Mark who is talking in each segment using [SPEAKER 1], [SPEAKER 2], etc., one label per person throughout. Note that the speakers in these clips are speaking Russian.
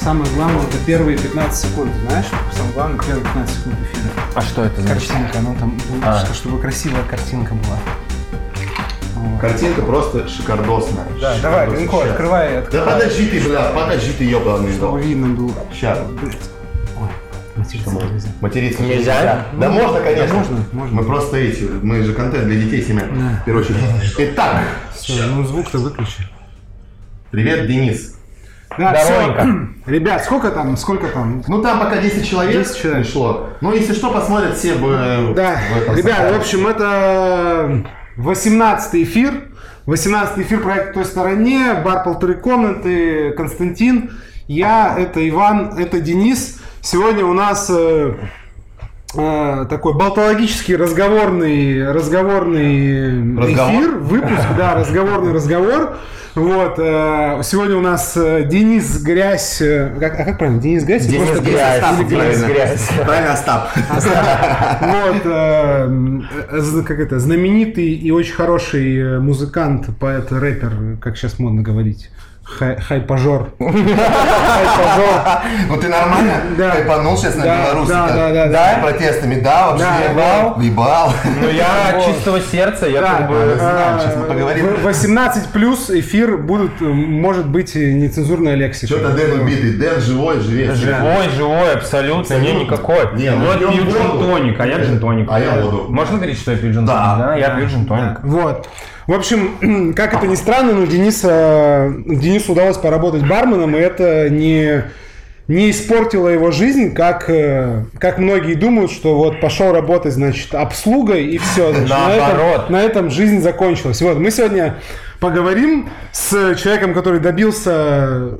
[SPEAKER 1] самое главное, это первые 15 секунд, знаешь? Самое главное, первые 15 секунд эфира.
[SPEAKER 2] А что это значит?
[SPEAKER 1] Картинка, ну там, ну,
[SPEAKER 2] А.
[SPEAKER 1] что- чтобы красивая картинка была. Вот.
[SPEAKER 3] Картинка просто шикардосная.
[SPEAKER 1] Да, давай, Гринко,
[SPEAKER 3] Щас.
[SPEAKER 1] открывай,
[SPEAKER 3] Да
[SPEAKER 1] открывай.
[SPEAKER 3] подожди ты, бля, подожди ты, ебаный
[SPEAKER 1] Чтобы
[SPEAKER 3] дом.
[SPEAKER 1] видно было.
[SPEAKER 3] Щас.
[SPEAKER 1] Блядь. Ой, материться нельзя.
[SPEAKER 3] Материться
[SPEAKER 2] Нельзя?
[SPEAKER 3] Да
[SPEAKER 1] Ну,
[SPEAKER 3] можно,
[SPEAKER 1] да,
[SPEAKER 3] конечно.
[SPEAKER 1] можно, можно.
[SPEAKER 3] Мы просто эти, мы же контент для детей семья.
[SPEAKER 1] Да.
[SPEAKER 3] В первую очередь. Итак,
[SPEAKER 1] Все, ну звук-то выключи.
[SPEAKER 3] привет, Денис.
[SPEAKER 1] Да,
[SPEAKER 2] Здоровенько.
[SPEAKER 1] всё. Ребят, сколько там, сколько там?
[SPEAKER 3] Ну там пока 10 человек,
[SPEAKER 1] 10 человек.
[SPEAKER 3] пришло. Ну, если что, посмотрят все бы.
[SPEAKER 1] Да,
[SPEAKER 3] в этом
[SPEAKER 1] ребят, в
[SPEAKER 3] самом.
[SPEAKER 1] общем, это 18 эфир. 18 эфир проект «Той стороне», бар «Полторы комнаты», Константин, я, это Иван, это Денис. Сегодня у нас э, э, такой болтологический разговорный, разговорный
[SPEAKER 3] Разговор?
[SPEAKER 1] эфир, выпуск, да, разговорный разговор. Вот, э, сегодня у нас э, Денис Грязь, э, как, а как правильно, Денис Грязь?
[SPEAKER 3] Денис
[SPEAKER 1] Просто
[SPEAKER 3] Грязь,
[SPEAKER 1] Остап,
[SPEAKER 3] Денис
[SPEAKER 1] правильно.
[SPEAKER 2] Денис Грязь.
[SPEAKER 3] Правильно, Остап.
[SPEAKER 1] Вот, э, э, з- как это, знаменитый и очень хороший э, музыкант, поэт, рэпер, как сейчас модно говорить, хай- хайпажор. Хайпажор.
[SPEAKER 3] Ну ты нормально
[SPEAKER 1] Да.
[SPEAKER 3] хайпанул сейчас на
[SPEAKER 1] Да,
[SPEAKER 3] беларуси
[SPEAKER 1] да, да, да, да.
[SPEAKER 3] Протестами, да,
[SPEAKER 1] Да,
[SPEAKER 3] вообще
[SPEAKER 1] да.
[SPEAKER 3] ебал.
[SPEAKER 2] Ну я от чистого сердца, я
[SPEAKER 1] Да,
[SPEAKER 2] как
[SPEAKER 3] э,
[SPEAKER 2] бы...
[SPEAKER 3] знаем, сейчас мы
[SPEAKER 1] э,
[SPEAKER 3] поговорим.
[SPEAKER 1] в- 18 плюс эфир будут, э, может быть, и нецензурная лексика.
[SPEAKER 3] Что-то Дэн убитый, Дэн живой, живее.
[SPEAKER 2] Живой, живой, абсолютно, не никакой.
[SPEAKER 3] Не, ну,
[SPEAKER 2] вот
[SPEAKER 3] пьем
[SPEAKER 2] пью
[SPEAKER 3] воду.
[SPEAKER 2] джин-тоник, а я джин-тоник.
[SPEAKER 3] А я воду.
[SPEAKER 2] Можно говорить, что я пью джин-тоник?
[SPEAKER 3] Да.
[SPEAKER 2] я пью джин-тоник.
[SPEAKER 1] Вот. В общем, как это ни странно, но Дениса, Денису удалось поработать барменом, и это не, не испортило его жизнь, как, э, как многие думают, что вот пошел работать, значит, обслугой, и все. на,
[SPEAKER 2] Наоборот.
[SPEAKER 1] этом, на этом жизнь закончилась. Вот, мы сегодня поговорим с человеком, который добился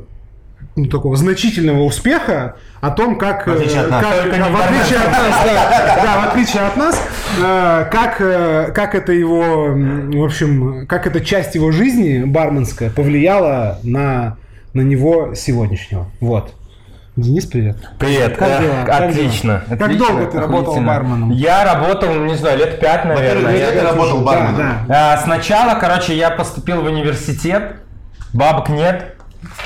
[SPEAKER 1] ну, такого значительного успеха о том, как, э,
[SPEAKER 3] В отличие от нас.
[SPEAKER 1] как-
[SPEAKER 2] Только
[SPEAKER 1] как-
[SPEAKER 2] не
[SPEAKER 1] в отличие от нас, да, да, в отличие от нас, э, как, э, как это его, м, в общем, как эта часть его жизни барменская повлияла на, на него сегодняшнего. Вот. Денис, привет.
[SPEAKER 2] Привет.
[SPEAKER 1] Как
[SPEAKER 2] Э,
[SPEAKER 1] дела? Как
[SPEAKER 2] Отлично.
[SPEAKER 1] дела? Как
[SPEAKER 2] отлично,
[SPEAKER 1] долго ты работал
[SPEAKER 2] охуительно.
[SPEAKER 1] барменом?
[SPEAKER 2] Я работал, не знаю, лет пять, наверное.
[SPEAKER 3] Во-первых,
[SPEAKER 2] Я-
[SPEAKER 3] лет ты работал
[SPEAKER 1] Да,
[SPEAKER 3] барменом?
[SPEAKER 1] да.
[SPEAKER 2] А, Сначала, короче, я поступил в университет, бабок нет.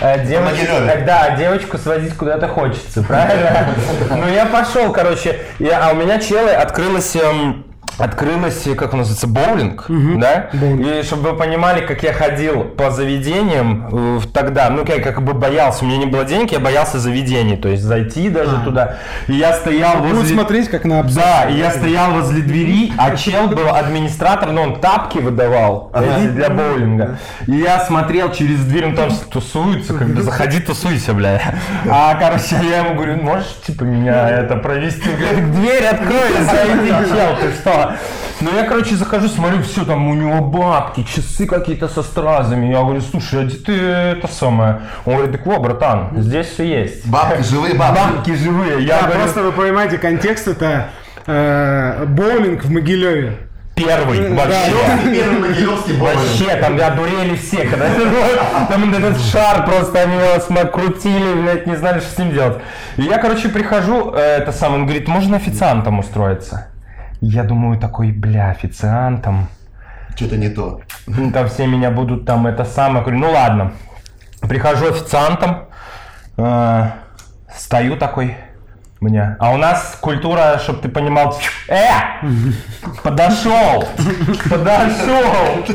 [SPEAKER 2] а девоч-
[SPEAKER 3] Могилеве.
[SPEAKER 2] э, Да, девочку свозить куда-то хочется, правильно? Ну я пошел, короче, я- а у меня челы открылась эм, открылась, э, как он называется, боулинг, да?
[SPEAKER 1] боулинг.
[SPEAKER 2] И чтобы вы понимали, как я ходил по заведениям э, в- тогда, ну, я как бы боялся, у меня не было денег, я боялся заведений, то есть зайти даже туда. И я стоял
[SPEAKER 1] Будут
[SPEAKER 2] возле...
[SPEAKER 1] смотреть, как на обзор.
[SPEAKER 2] Да, и я стоял возле двери, а чел был администратор, но он тапки выдавал эти для боулинга. И я смотрел через дверь, он там тусуется, как бы заходи, тусуйся, бля. А, короче, я ему говорю, можешь, типа, меня это провести? Он говорит, дверь открой, зайди, чел, ты что? Ну, я, короче, захожу, смотрю, все, там у него бабки, часы какие-то со стразами. Я говорю, слушай, а где ты это самое? Он говорит, так вот, братан, здесь все есть.
[SPEAKER 3] Бабки, живые бабки.
[SPEAKER 2] Бабки живые. Я
[SPEAKER 1] Да,
[SPEAKER 2] говорю,
[SPEAKER 1] просто вы понимаете, контекст это э, боулинг в Могилеве.
[SPEAKER 2] первый
[SPEAKER 1] Да.
[SPEAKER 2] вообще.
[SPEAKER 3] Ёлки, Первый могилевский бомбер.
[SPEAKER 2] Вообще, там одурели все, когда там этот шар просто они вас накрутили, блядь, не знали, что с ним делать. И я, короче, прихожу, э, это сам, он говорит, можно официантом устроиться? Я думаю, такой, бля, официантом.
[SPEAKER 3] Что-то не то.
[SPEAKER 2] Ну, Там все меня будут там это самое. Говорю, ну ладно. Прихожу официантом, э, стою такой мне. А у нас культура, чтобы ты понимал, э, подошел, подошел.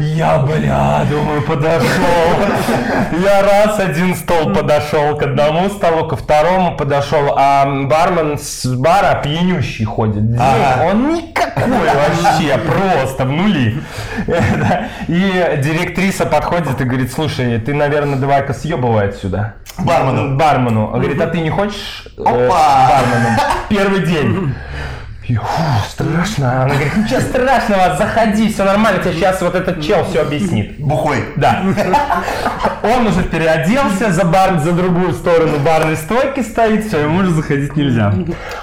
[SPEAKER 2] Я, бля, думаю, подошел. Я раз один стол подошел к одному столу, ко второму подошел, а бармен с бара пьянющий ходит. День,
[SPEAKER 3] Ага.
[SPEAKER 2] Он никакой вообще, просто в нули. Да. И директриса подходит и говорит, слушай, ты, наверное, давай-ка съебывай отсюда.
[SPEAKER 3] Бармену.
[SPEAKER 2] Бармену. Говорит, а ты не хочешь э,
[SPEAKER 3] Опа!
[SPEAKER 2] барменом? Первый день. И, «Фу, страшно. Она говорит, ничего страшного, заходи, все нормально, тебе сейчас вот этот чел все объяснит.
[SPEAKER 3] Бухой.
[SPEAKER 2] Да. Он уже переоделся за бар, за другую сторону барной стойки стоит, все, ему уже заходить нельзя.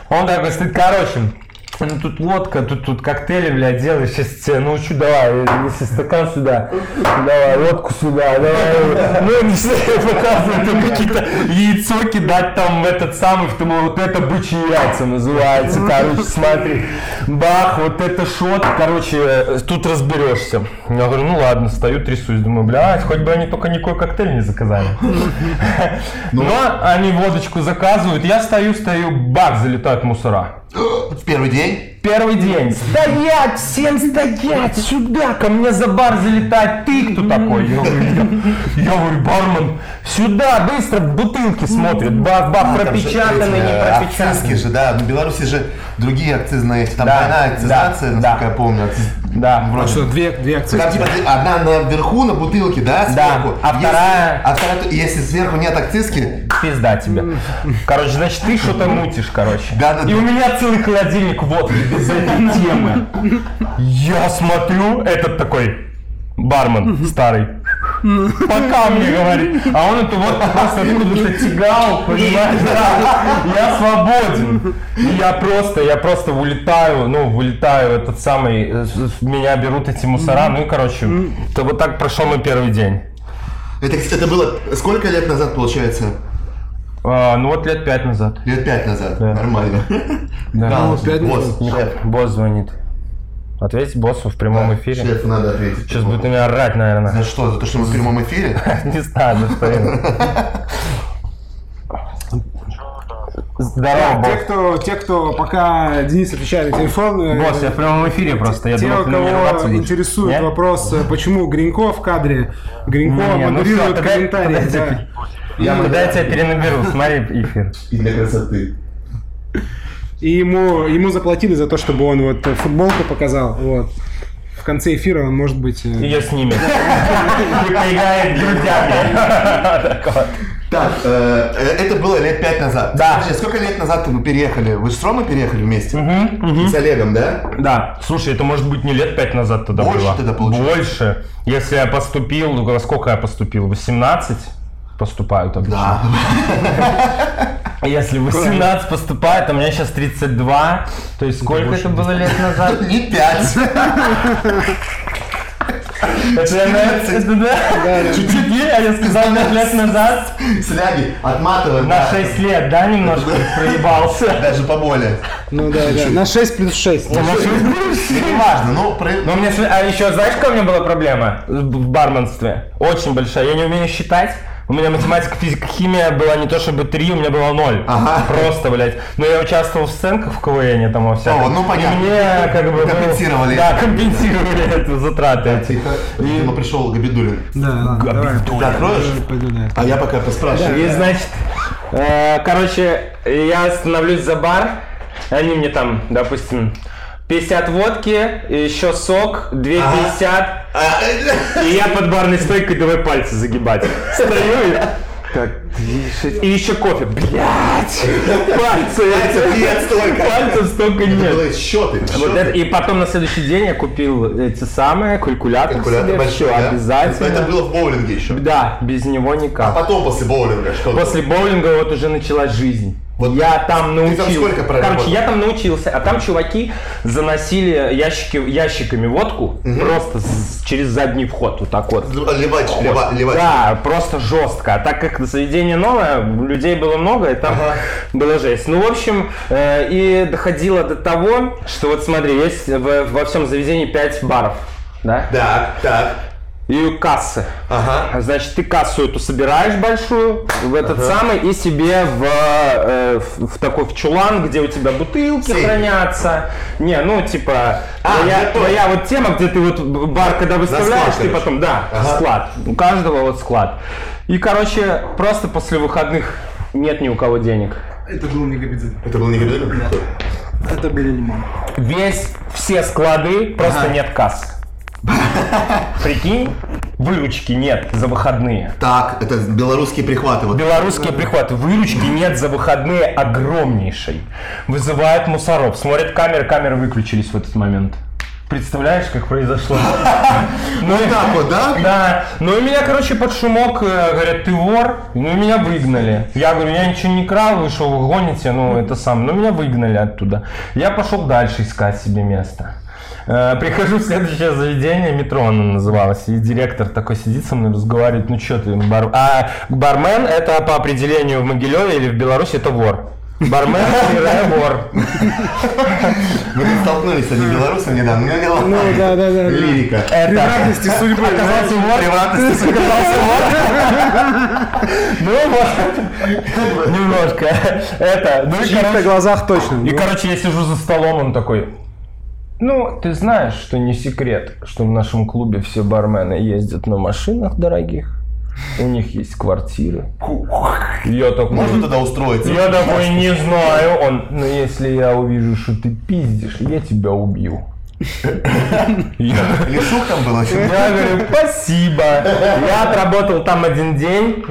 [SPEAKER 2] Он такой стоит, короче, Ну тут водка, тут, тут коктейли, блядь, делай, сейчас тебе научу, давай, неси стакан сюда, давай, водку сюда, давай. Ну, и начинаю показывать, там какие-то яйцо кидать там в этот самый, в тому, вот это бычьи яйца называется, короче, смотри. Бах, вот это шот, короче, э, тут разберешься. Я говорю, ну ладно, стою, трясусь, думаю, блядь, хоть бы они только никакой коктейль не заказали. Но они водочку заказывают, я стою, стою, бах, залетают мусора.
[SPEAKER 3] В первый день?
[SPEAKER 2] Первый день. Стоять, всем стоять, сюда, ко мне за бар залетать. Ты кто такой? Я говорю, я- я говорю, бармен, сюда, быстро, бутылки смотрят. Бах-бах,
[SPEAKER 3] А,
[SPEAKER 2] пропечатанный, не
[SPEAKER 3] э, Акцизки
[SPEAKER 2] пропечатанный.
[SPEAKER 3] же, да. В Беларуси же другие акцизные, там
[SPEAKER 2] Да,
[SPEAKER 3] двойная акцизация,
[SPEAKER 2] да,
[SPEAKER 3] насколько
[SPEAKER 2] да.
[SPEAKER 3] я помню. акциз-
[SPEAKER 2] Да.
[SPEAKER 1] А
[SPEAKER 3] Вроде.
[SPEAKER 1] что, две, две акции?
[SPEAKER 3] Там, типа, одна наверху на бутылке, да,
[SPEAKER 2] Да,
[SPEAKER 3] сверху.
[SPEAKER 2] а
[SPEAKER 3] Если-
[SPEAKER 2] вторая-
[SPEAKER 3] а вторая- если сверху нет акцизки,
[SPEAKER 2] Пизда тебе. Короче, значит, ты что-то мутишь, короче.
[SPEAKER 3] Да, да,
[SPEAKER 2] И
[SPEAKER 3] да.
[SPEAKER 2] у меня целый холодильник водки без этой темы. Я смотрю, этот такой бармен старый. Пока мне говорит. А он эту водку просто откуда-то тягал, понимаешь? Да. Я свободен. И я просто, я просто улетаю, ну, вылетаю этот самый, э, с- с- меня берут эти мусора, ну и короче, то вот так прошел мой первый день.
[SPEAKER 3] это, это было сколько лет назад, получается?
[SPEAKER 2] А, ну вот лет пять назад.
[SPEAKER 3] Лет пять назад.
[SPEAKER 2] Да. А
[SPEAKER 3] Нормально.
[SPEAKER 2] Да.
[SPEAKER 3] Да,
[SPEAKER 1] Ну,
[SPEAKER 3] вот
[SPEAKER 1] пять
[SPEAKER 3] босс, шеф.
[SPEAKER 2] Босс звонит. Ответь боссу в прямом эфире.
[SPEAKER 3] Шефу надо ответить. Типа,
[SPEAKER 2] Сейчас будет на меня орать, наверное.
[SPEAKER 3] За что? За то, что мы в прямом эфире?
[SPEAKER 2] Не знаю, за что именно. Здорово,
[SPEAKER 1] Те,
[SPEAKER 2] босс.
[SPEAKER 1] кто, те, кто пока Денис отвечает на телефон, э,
[SPEAKER 2] Босс, я в прямом эфире просто. Я
[SPEAKER 1] те,
[SPEAKER 2] думал, ты на меня
[SPEAKER 1] кого
[SPEAKER 2] ругаться будешь.
[SPEAKER 1] интересует
[SPEAKER 2] Не?
[SPEAKER 1] вопрос, э, почему Гринько в кадре, Гринько
[SPEAKER 2] Не, ну всё,
[SPEAKER 1] модерирует
[SPEAKER 2] тогда-
[SPEAKER 1] комментарии.
[SPEAKER 2] тогда
[SPEAKER 1] да.
[SPEAKER 2] я- Я когда я тебя перенаберу, смотри эфир.
[SPEAKER 3] И для красоты.
[SPEAKER 1] И ему, ему заплатили за то, чтобы он вот э, футболку показал. Вот. В конце эфира он может быть... э,
[SPEAKER 2] Ее снимет. И поиграет грудями. Так вот.
[SPEAKER 3] Так, э, это было лет пять назад.
[SPEAKER 2] Да.
[SPEAKER 3] Скажи, сколько лет назад вы переехали? Вы с Ромой переехали вместе? С Олегом, да?
[SPEAKER 2] Да, слушай, это может быть не лет пять назад тогда
[SPEAKER 3] Больше
[SPEAKER 2] было.
[SPEAKER 3] тогда получилось?
[SPEAKER 2] Больше. Если я поступил, ну, во сколько я поступил? 18 поступают обычно.
[SPEAKER 3] Да.
[SPEAKER 2] А Если 18 поступает, а мне сейчас 32, то есть сколько это было лет назад?
[SPEAKER 3] Не пять.
[SPEAKER 2] Это я на- это да? Четыре, а я сказал пять лет назад.
[SPEAKER 3] Сляги, отматываем.
[SPEAKER 2] На 6 лет, да, немножко проебался?
[SPEAKER 3] Даже поболее.
[SPEAKER 1] Ну да, да. На 6 плюс 6.
[SPEAKER 2] На шесть лет?
[SPEAKER 3] Не важно, но про-
[SPEAKER 2] Но у меня, св- а еще знаешь, какая у меня была проблема в барменстве? Очень большая. Я не умею считать. У меня математика, физика, химия была не то чтобы три, у меня было ноль.
[SPEAKER 3] Ага.
[SPEAKER 2] Просто, блядь. Но я участвовал в сценках в КВН, там во всяком.
[SPEAKER 3] О, ну понятно.
[SPEAKER 2] И мне как бы... ну,
[SPEAKER 3] Компенсировали.
[SPEAKER 2] Да, компенсировали это затраты эти.
[SPEAKER 3] Тихо. Видимо, пришел Габидулин.
[SPEAKER 1] Да, ладно, давай.
[SPEAKER 3] Закроешь?
[SPEAKER 1] Пойду, да.
[SPEAKER 3] А я пока поспрашиваю.
[SPEAKER 2] И, значит, э, короче, я становлюсь за бар, они мне там, допустим, 50 водки, еще сок, 250, И я под барной стойкой давай пальцы загибать. Стою и... Так, дышать. И еще кофе. Блять! Пальцы!
[SPEAKER 3] Пальцев нет столько.
[SPEAKER 2] Пальцев столько нет.
[SPEAKER 3] Делай счеты.
[SPEAKER 2] Вот это-
[SPEAKER 3] счеты.
[SPEAKER 2] и потом на следующий день я купил эти самые калькулятор,
[SPEAKER 3] Калькулятор
[SPEAKER 2] себе,
[SPEAKER 3] большой,
[SPEAKER 2] всё,
[SPEAKER 3] да?
[SPEAKER 2] обязательно.
[SPEAKER 3] Это было в боулинге еще.
[SPEAKER 2] Да, без него
[SPEAKER 3] А
[SPEAKER 2] никак.
[SPEAKER 3] потом после боулинга что?
[SPEAKER 2] После боулинга вот уже началась жизнь.
[SPEAKER 3] Вот
[SPEAKER 2] я там
[SPEAKER 3] там
[SPEAKER 2] научился.
[SPEAKER 3] сколько проработал?
[SPEAKER 2] Короче, я там научился, а там чуваки заносили ящики, ящиками водку просто с- через задний вход вот так вот.
[SPEAKER 3] Левать, лева- левать.
[SPEAKER 2] Да, просто жестко. А так как заведение новое, людей было много, и там
[SPEAKER 3] Ага.
[SPEAKER 2] была жесть. Ну, в общем, э, и доходило до того, что вот смотри, есть в- во всем заведении 5 баров, да?
[SPEAKER 3] Так, так.
[SPEAKER 2] И кассы.
[SPEAKER 3] Ага.
[SPEAKER 2] Значит, ты кассу эту собираешь большую в этот самый и себе в, э, в, в такой в чулан, где у тебя бутылки
[SPEAKER 3] Сейф.
[SPEAKER 2] хранятся. Не, ну типа
[SPEAKER 3] А,
[SPEAKER 2] твоя,
[SPEAKER 3] готово.
[SPEAKER 2] твоя вот тема, где ты вот бар когда выставляешь, ты
[SPEAKER 3] короче.
[SPEAKER 2] потом да
[SPEAKER 3] Ага.
[SPEAKER 2] склад. У каждого вот склад. И короче просто после выходных нет ни у кого денег.
[SPEAKER 1] Это был не Габидзе.
[SPEAKER 3] Это был не Габидулин?
[SPEAKER 1] Это были лимон.
[SPEAKER 2] Весь все склады просто
[SPEAKER 3] Ага.
[SPEAKER 2] нет касс. Прикинь, выручки нет за выходные.
[SPEAKER 3] Так, это белорусские прихваты. Вот.
[SPEAKER 2] Белорусские прихваты. Выручки нет за выходные огромнейшей. Вызывает мусоров. Смотрят камеры, камеры выключились в этот момент. Представляешь, как произошло? Ну и-
[SPEAKER 3] так вот, да?
[SPEAKER 2] Да. Ну и меня, короче, под шумок э, говорят, ты вор. Ну и меня выгнали. Я говорю, я ничего не крал, вы что, вы гоните? Ну это сам. Ну меня выгнали оттуда. Я пошел дальше искать себе место. Э, Прихожу в следующее заведение, метро оно называлось, и директор такой сидит со мной, разговаривает, ну что ты, бар- а бармен это по определению в Могилеве или в Беларуси это вор. Бармен, вор.
[SPEAKER 3] Мы тут столкнулись с одним белорусом недавно. У него дела-
[SPEAKER 1] Ну, да, да, да.
[SPEAKER 3] Лирика.
[SPEAKER 2] Э,
[SPEAKER 1] Превратности судьбы.
[SPEAKER 2] Оказался вор.
[SPEAKER 3] Превратности судьбы.
[SPEAKER 2] Ну вот. Немножко. Это. Ну
[SPEAKER 1] В
[SPEAKER 2] и
[SPEAKER 1] чьих-то
[SPEAKER 2] короче.
[SPEAKER 1] глазах точно.
[SPEAKER 2] И
[SPEAKER 1] Ну,
[SPEAKER 2] короче, я сижу за столом, он такой. Ну, ты знаешь, что не секрет, что в нашем клубе все бармены ездят на машинах дорогих. У них есть квартиры. Я такой,
[SPEAKER 3] Можно туда устроиться?
[SPEAKER 2] я такой не знаю. Он, но если я увижу, что ты пиздишь, я тебя убью. Я-
[SPEAKER 3] Или шук там был очень?
[SPEAKER 2] я говорю, спасибо. Я отработал там один день,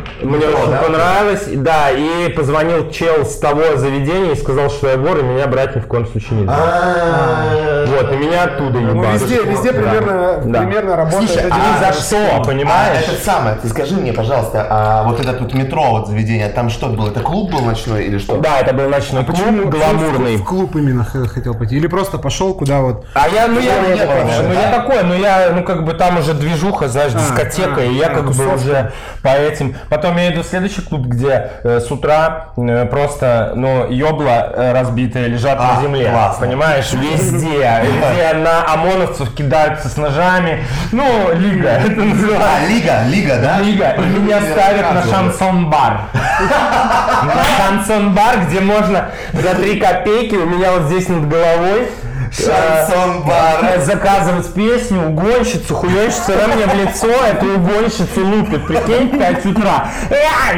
[SPEAKER 1] Ну,
[SPEAKER 2] мне очень
[SPEAKER 3] да?
[SPEAKER 2] понравилось. Да, и позвонил чел с того заведения и сказал, что я вор, и меня брать ни в коем случае нельзя.
[SPEAKER 3] А.
[SPEAKER 2] Вот, и меня оттуда ебали.
[SPEAKER 1] А. Ну, везде, везде
[SPEAKER 2] Да.
[SPEAKER 1] примерно,
[SPEAKER 2] Да.
[SPEAKER 1] примерно работает
[SPEAKER 3] Слушай,
[SPEAKER 1] один
[SPEAKER 2] Ни
[SPEAKER 3] а-
[SPEAKER 2] за что,
[SPEAKER 1] А,
[SPEAKER 2] понимаешь?
[SPEAKER 3] этот самое, ты скажи мне, пожалуйста, а вот это тут метро, вот заведение, там что было? Это клуб был ночной или что?
[SPEAKER 2] Да, это был ночной клуб, гламурный.
[SPEAKER 1] А В клуб именно х- хотел пойти. Или просто пошел куда вот.
[SPEAKER 2] А я, ну я,
[SPEAKER 3] Ну,
[SPEAKER 2] я
[SPEAKER 3] не было
[SPEAKER 2] такой,
[SPEAKER 3] же,
[SPEAKER 2] ну
[SPEAKER 3] да?
[SPEAKER 2] я такой, ну я, ну как бы там уже движуха, знаешь, дискотека,
[SPEAKER 1] а,
[SPEAKER 2] и я
[SPEAKER 1] а,
[SPEAKER 2] как бы
[SPEAKER 1] тусовка.
[SPEAKER 2] уже по этим. Потом я иду в следующий клуб, где э, с утра э, просто, ну, ёбла э, разбитые лежат
[SPEAKER 3] А,
[SPEAKER 2] на земле,
[SPEAKER 3] классно.
[SPEAKER 2] понимаешь, везде, везде на ОМОНовцев кидаются с ножами, ну, лига, это называется.
[SPEAKER 3] А, лига, лига, да?
[SPEAKER 2] Лига, и меня ставят на шансон-бар. На шансон-бар, где можно за 3 копейки, у меня вот здесь над головой, э,
[SPEAKER 3] Шансон-бар.
[SPEAKER 2] э, заказывать песню, угонщицу, хуёщицу, она мне в лицо эту угонщицу лупит, прикинь, 5 утра. Э,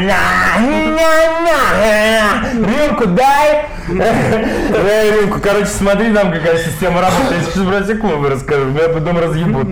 [SPEAKER 2] Рюмку дай! Я рюмку, короче, смотри там, какая система работает, я сейчас про все клубы расскажу, меня потом разъебут.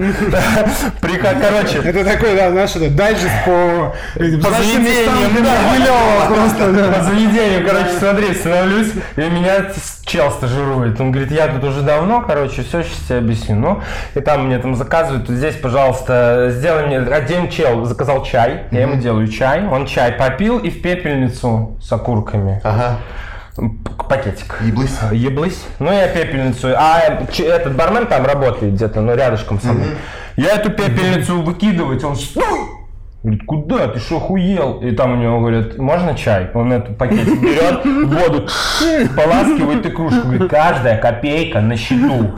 [SPEAKER 2] Прика- Короче,
[SPEAKER 1] Это такой, да, знаешь, это дайджест по этим
[SPEAKER 2] по
[SPEAKER 1] значимым местам
[SPEAKER 2] заведениям,
[SPEAKER 1] для Могилева просто,
[SPEAKER 2] да. По
[SPEAKER 1] да.
[SPEAKER 2] заведению, короче, смотри, становлюсь, и меня с- чел стажирует. Он говорит, я тут уже давно, короче, все сейчас тебе объясню. Ну, и там мне там заказывают, вот здесь, пожалуйста, сделай мне... Один чел заказал чай, я ему делаю чай, он чай попил и в пепельницу с окурками.
[SPEAKER 3] Ага,
[SPEAKER 2] М, п- Пакетик.
[SPEAKER 3] еблись.
[SPEAKER 2] Еблысь. Ну, я пепельницу. А э, ч- этот бармен там работает где-то, ну, рядышком со мной. Я эту пепельницу выкидывать, он стой! Говорит, куда? Ты что, хуел? И там у него говорят, можно чай? Он эту пакетик берет, воду поласкивает и кружку. Говорит, каждая копейка на счету.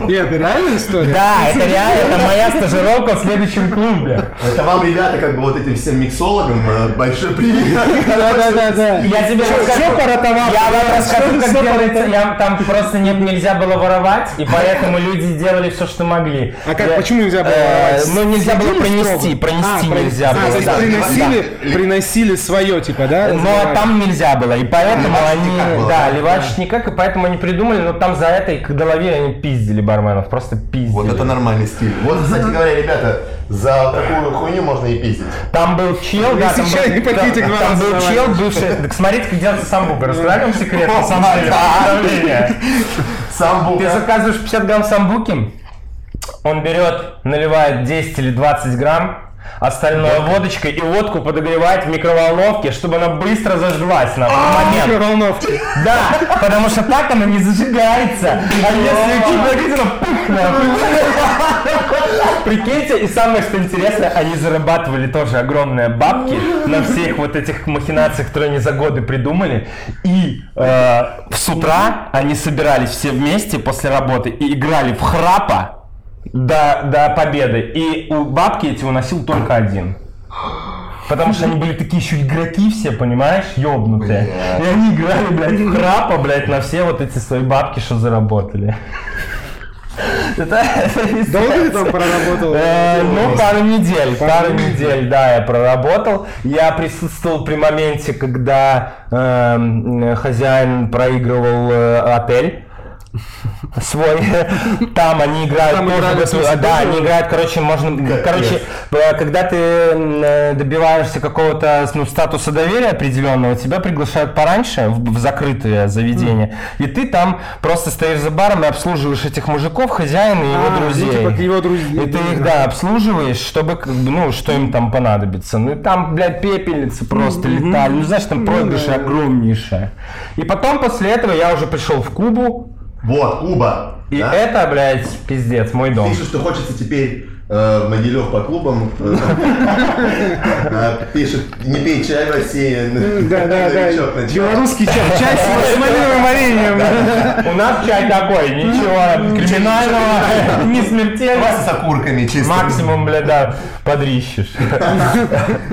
[SPEAKER 1] Нет, это реальная история?
[SPEAKER 2] Да, это реально, это моя стажировка в следующем клубе.
[SPEAKER 3] Это вам, ребята, как бы вот этим всем миксологам э, большой привет.
[SPEAKER 1] Да, да, да, да.
[SPEAKER 2] Я тебе расскажу.
[SPEAKER 1] всё поротовал?
[SPEAKER 2] Я вам расскажу, как
[SPEAKER 1] Всё
[SPEAKER 2] делается. Я- там просто не- нельзя было воровать, и поэтому люди делали все, что могли.
[SPEAKER 1] А как,
[SPEAKER 2] Я-
[SPEAKER 1] почему нельзя было
[SPEAKER 2] э,
[SPEAKER 1] воровать?
[SPEAKER 2] Ну, нельзя было
[SPEAKER 1] Сидели
[SPEAKER 2] пронести,
[SPEAKER 1] строго?
[SPEAKER 2] пронести
[SPEAKER 1] А, про-
[SPEAKER 2] нельзя
[SPEAKER 1] а,
[SPEAKER 2] было.
[SPEAKER 1] то есть
[SPEAKER 2] да.
[SPEAKER 1] приносили, приносили свое, типа, да?
[SPEAKER 2] Но там нельзя было, и поэтому
[SPEAKER 3] Леваш никак
[SPEAKER 2] они,
[SPEAKER 3] было,
[SPEAKER 2] да,
[SPEAKER 3] да?
[SPEAKER 2] леваш никак, и поэтому они придумали, но там за это, и когда ловили, они пиздили барменов, просто пиздили.
[SPEAKER 3] Вот это нормальный стиль. Вот, кстати говоря, ребята, за такую хуйню можно и пиздить.
[SPEAKER 2] Там был чел, да,
[SPEAKER 1] Если
[SPEAKER 2] там
[SPEAKER 1] чай,
[SPEAKER 2] был,
[SPEAKER 1] пакетик
[SPEAKER 2] там-
[SPEAKER 1] два
[SPEAKER 2] там
[SPEAKER 1] раза
[SPEAKER 2] был
[SPEAKER 1] давай.
[SPEAKER 2] чел, бывший, так смотрите, как делается самбука, расскажу вам секрет, на самом деле, представление.
[SPEAKER 3] Самбука.
[SPEAKER 2] Ты заказываешь 50 грамм самбуки, он берет, наливает 10 или 20 грамм, остальное водочкой и водку подогревает в микроволновке, чтобы она быстро зажглась на
[SPEAKER 1] А,
[SPEAKER 2] момент.
[SPEAKER 1] Микроволновки.
[SPEAKER 2] Да, потому что так она не зажигается. А если кипятительно, пух, нахуй. Прикиньте, и самое что интересно, они зарабатывали тоже огромные бабки на всех вот этих махинациях, которые они за годы придумали. И э, с утра они собирались все вместе после работы и играли в храпа до, до победы. И у бабки эти уносил только один. Потому что они были такие еще игроки все, понимаешь, ёбнутые.
[SPEAKER 3] Бля.
[SPEAKER 2] И они играли, блядь, в храпа, блядь, на все вот эти свои бабки, что заработали. Это- это пиздец.
[SPEAKER 1] Долго ты там проработал?
[SPEAKER 2] Э, Ну, пару недель, пару недель, да, я проработал. Я присутствовал при моменте, когда эм, э, хозяин проигрывал э, отель. свой. Там они играют
[SPEAKER 1] Там
[SPEAKER 2] тоже
[SPEAKER 1] играли
[SPEAKER 2] в эту-
[SPEAKER 1] свою
[SPEAKER 2] да,
[SPEAKER 1] студию.
[SPEAKER 2] они играют, короче, можно, короче, э, когда ты м, э, добиваешься какого-то ну, статуса доверия определенного, тебя приглашают пораньше в, в закрытое заведение, и ты там просто стоишь за баром и обслуживаешь этих мужиков, хозяина и его
[SPEAKER 1] А, ну,
[SPEAKER 2] друзей.
[SPEAKER 1] типа, к его друзей,
[SPEAKER 2] И ты их,
[SPEAKER 1] да.
[SPEAKER 2] да, обслуживаешь, чтобы, как бы, ну, что им там понадобится. Ну, и там, блядь, пепельницы просто летали. Ну, знаешь, там проигрыши
[SPEAKER 1] да.
[SPEAKER 2] огромнейшие. И потом, после этого, я уже пришел в Кубу,
[SPEAKER 4] Вот, Куба.
[SPEAKER 2] и
[SPEAKER 4] да?
[SPEAKER 2] это, блядь, пиздец, мой дом.
[SPEAKER 4] Пишет, что хочется теперь э, Могилев по клубам. э, э, Пишет, не пей чай в России.
[SPEAKER 1] Да, да, да.
[SPEAKER 3] Э,
[SPEAKER 4] новичок начал.
[SPEAKER 1] Белорусский чай. Чай с восстановленным вареньем.
[SPEAKER 2] У нас чай такой, ничего криминального, не
[SPEAKER 3] Квас
[SPEAKER 2] смертельного.
[SPEAKER 3] с окурками чисто.
[SPEAKER 2] Максимум, блядь, да, подрищешь.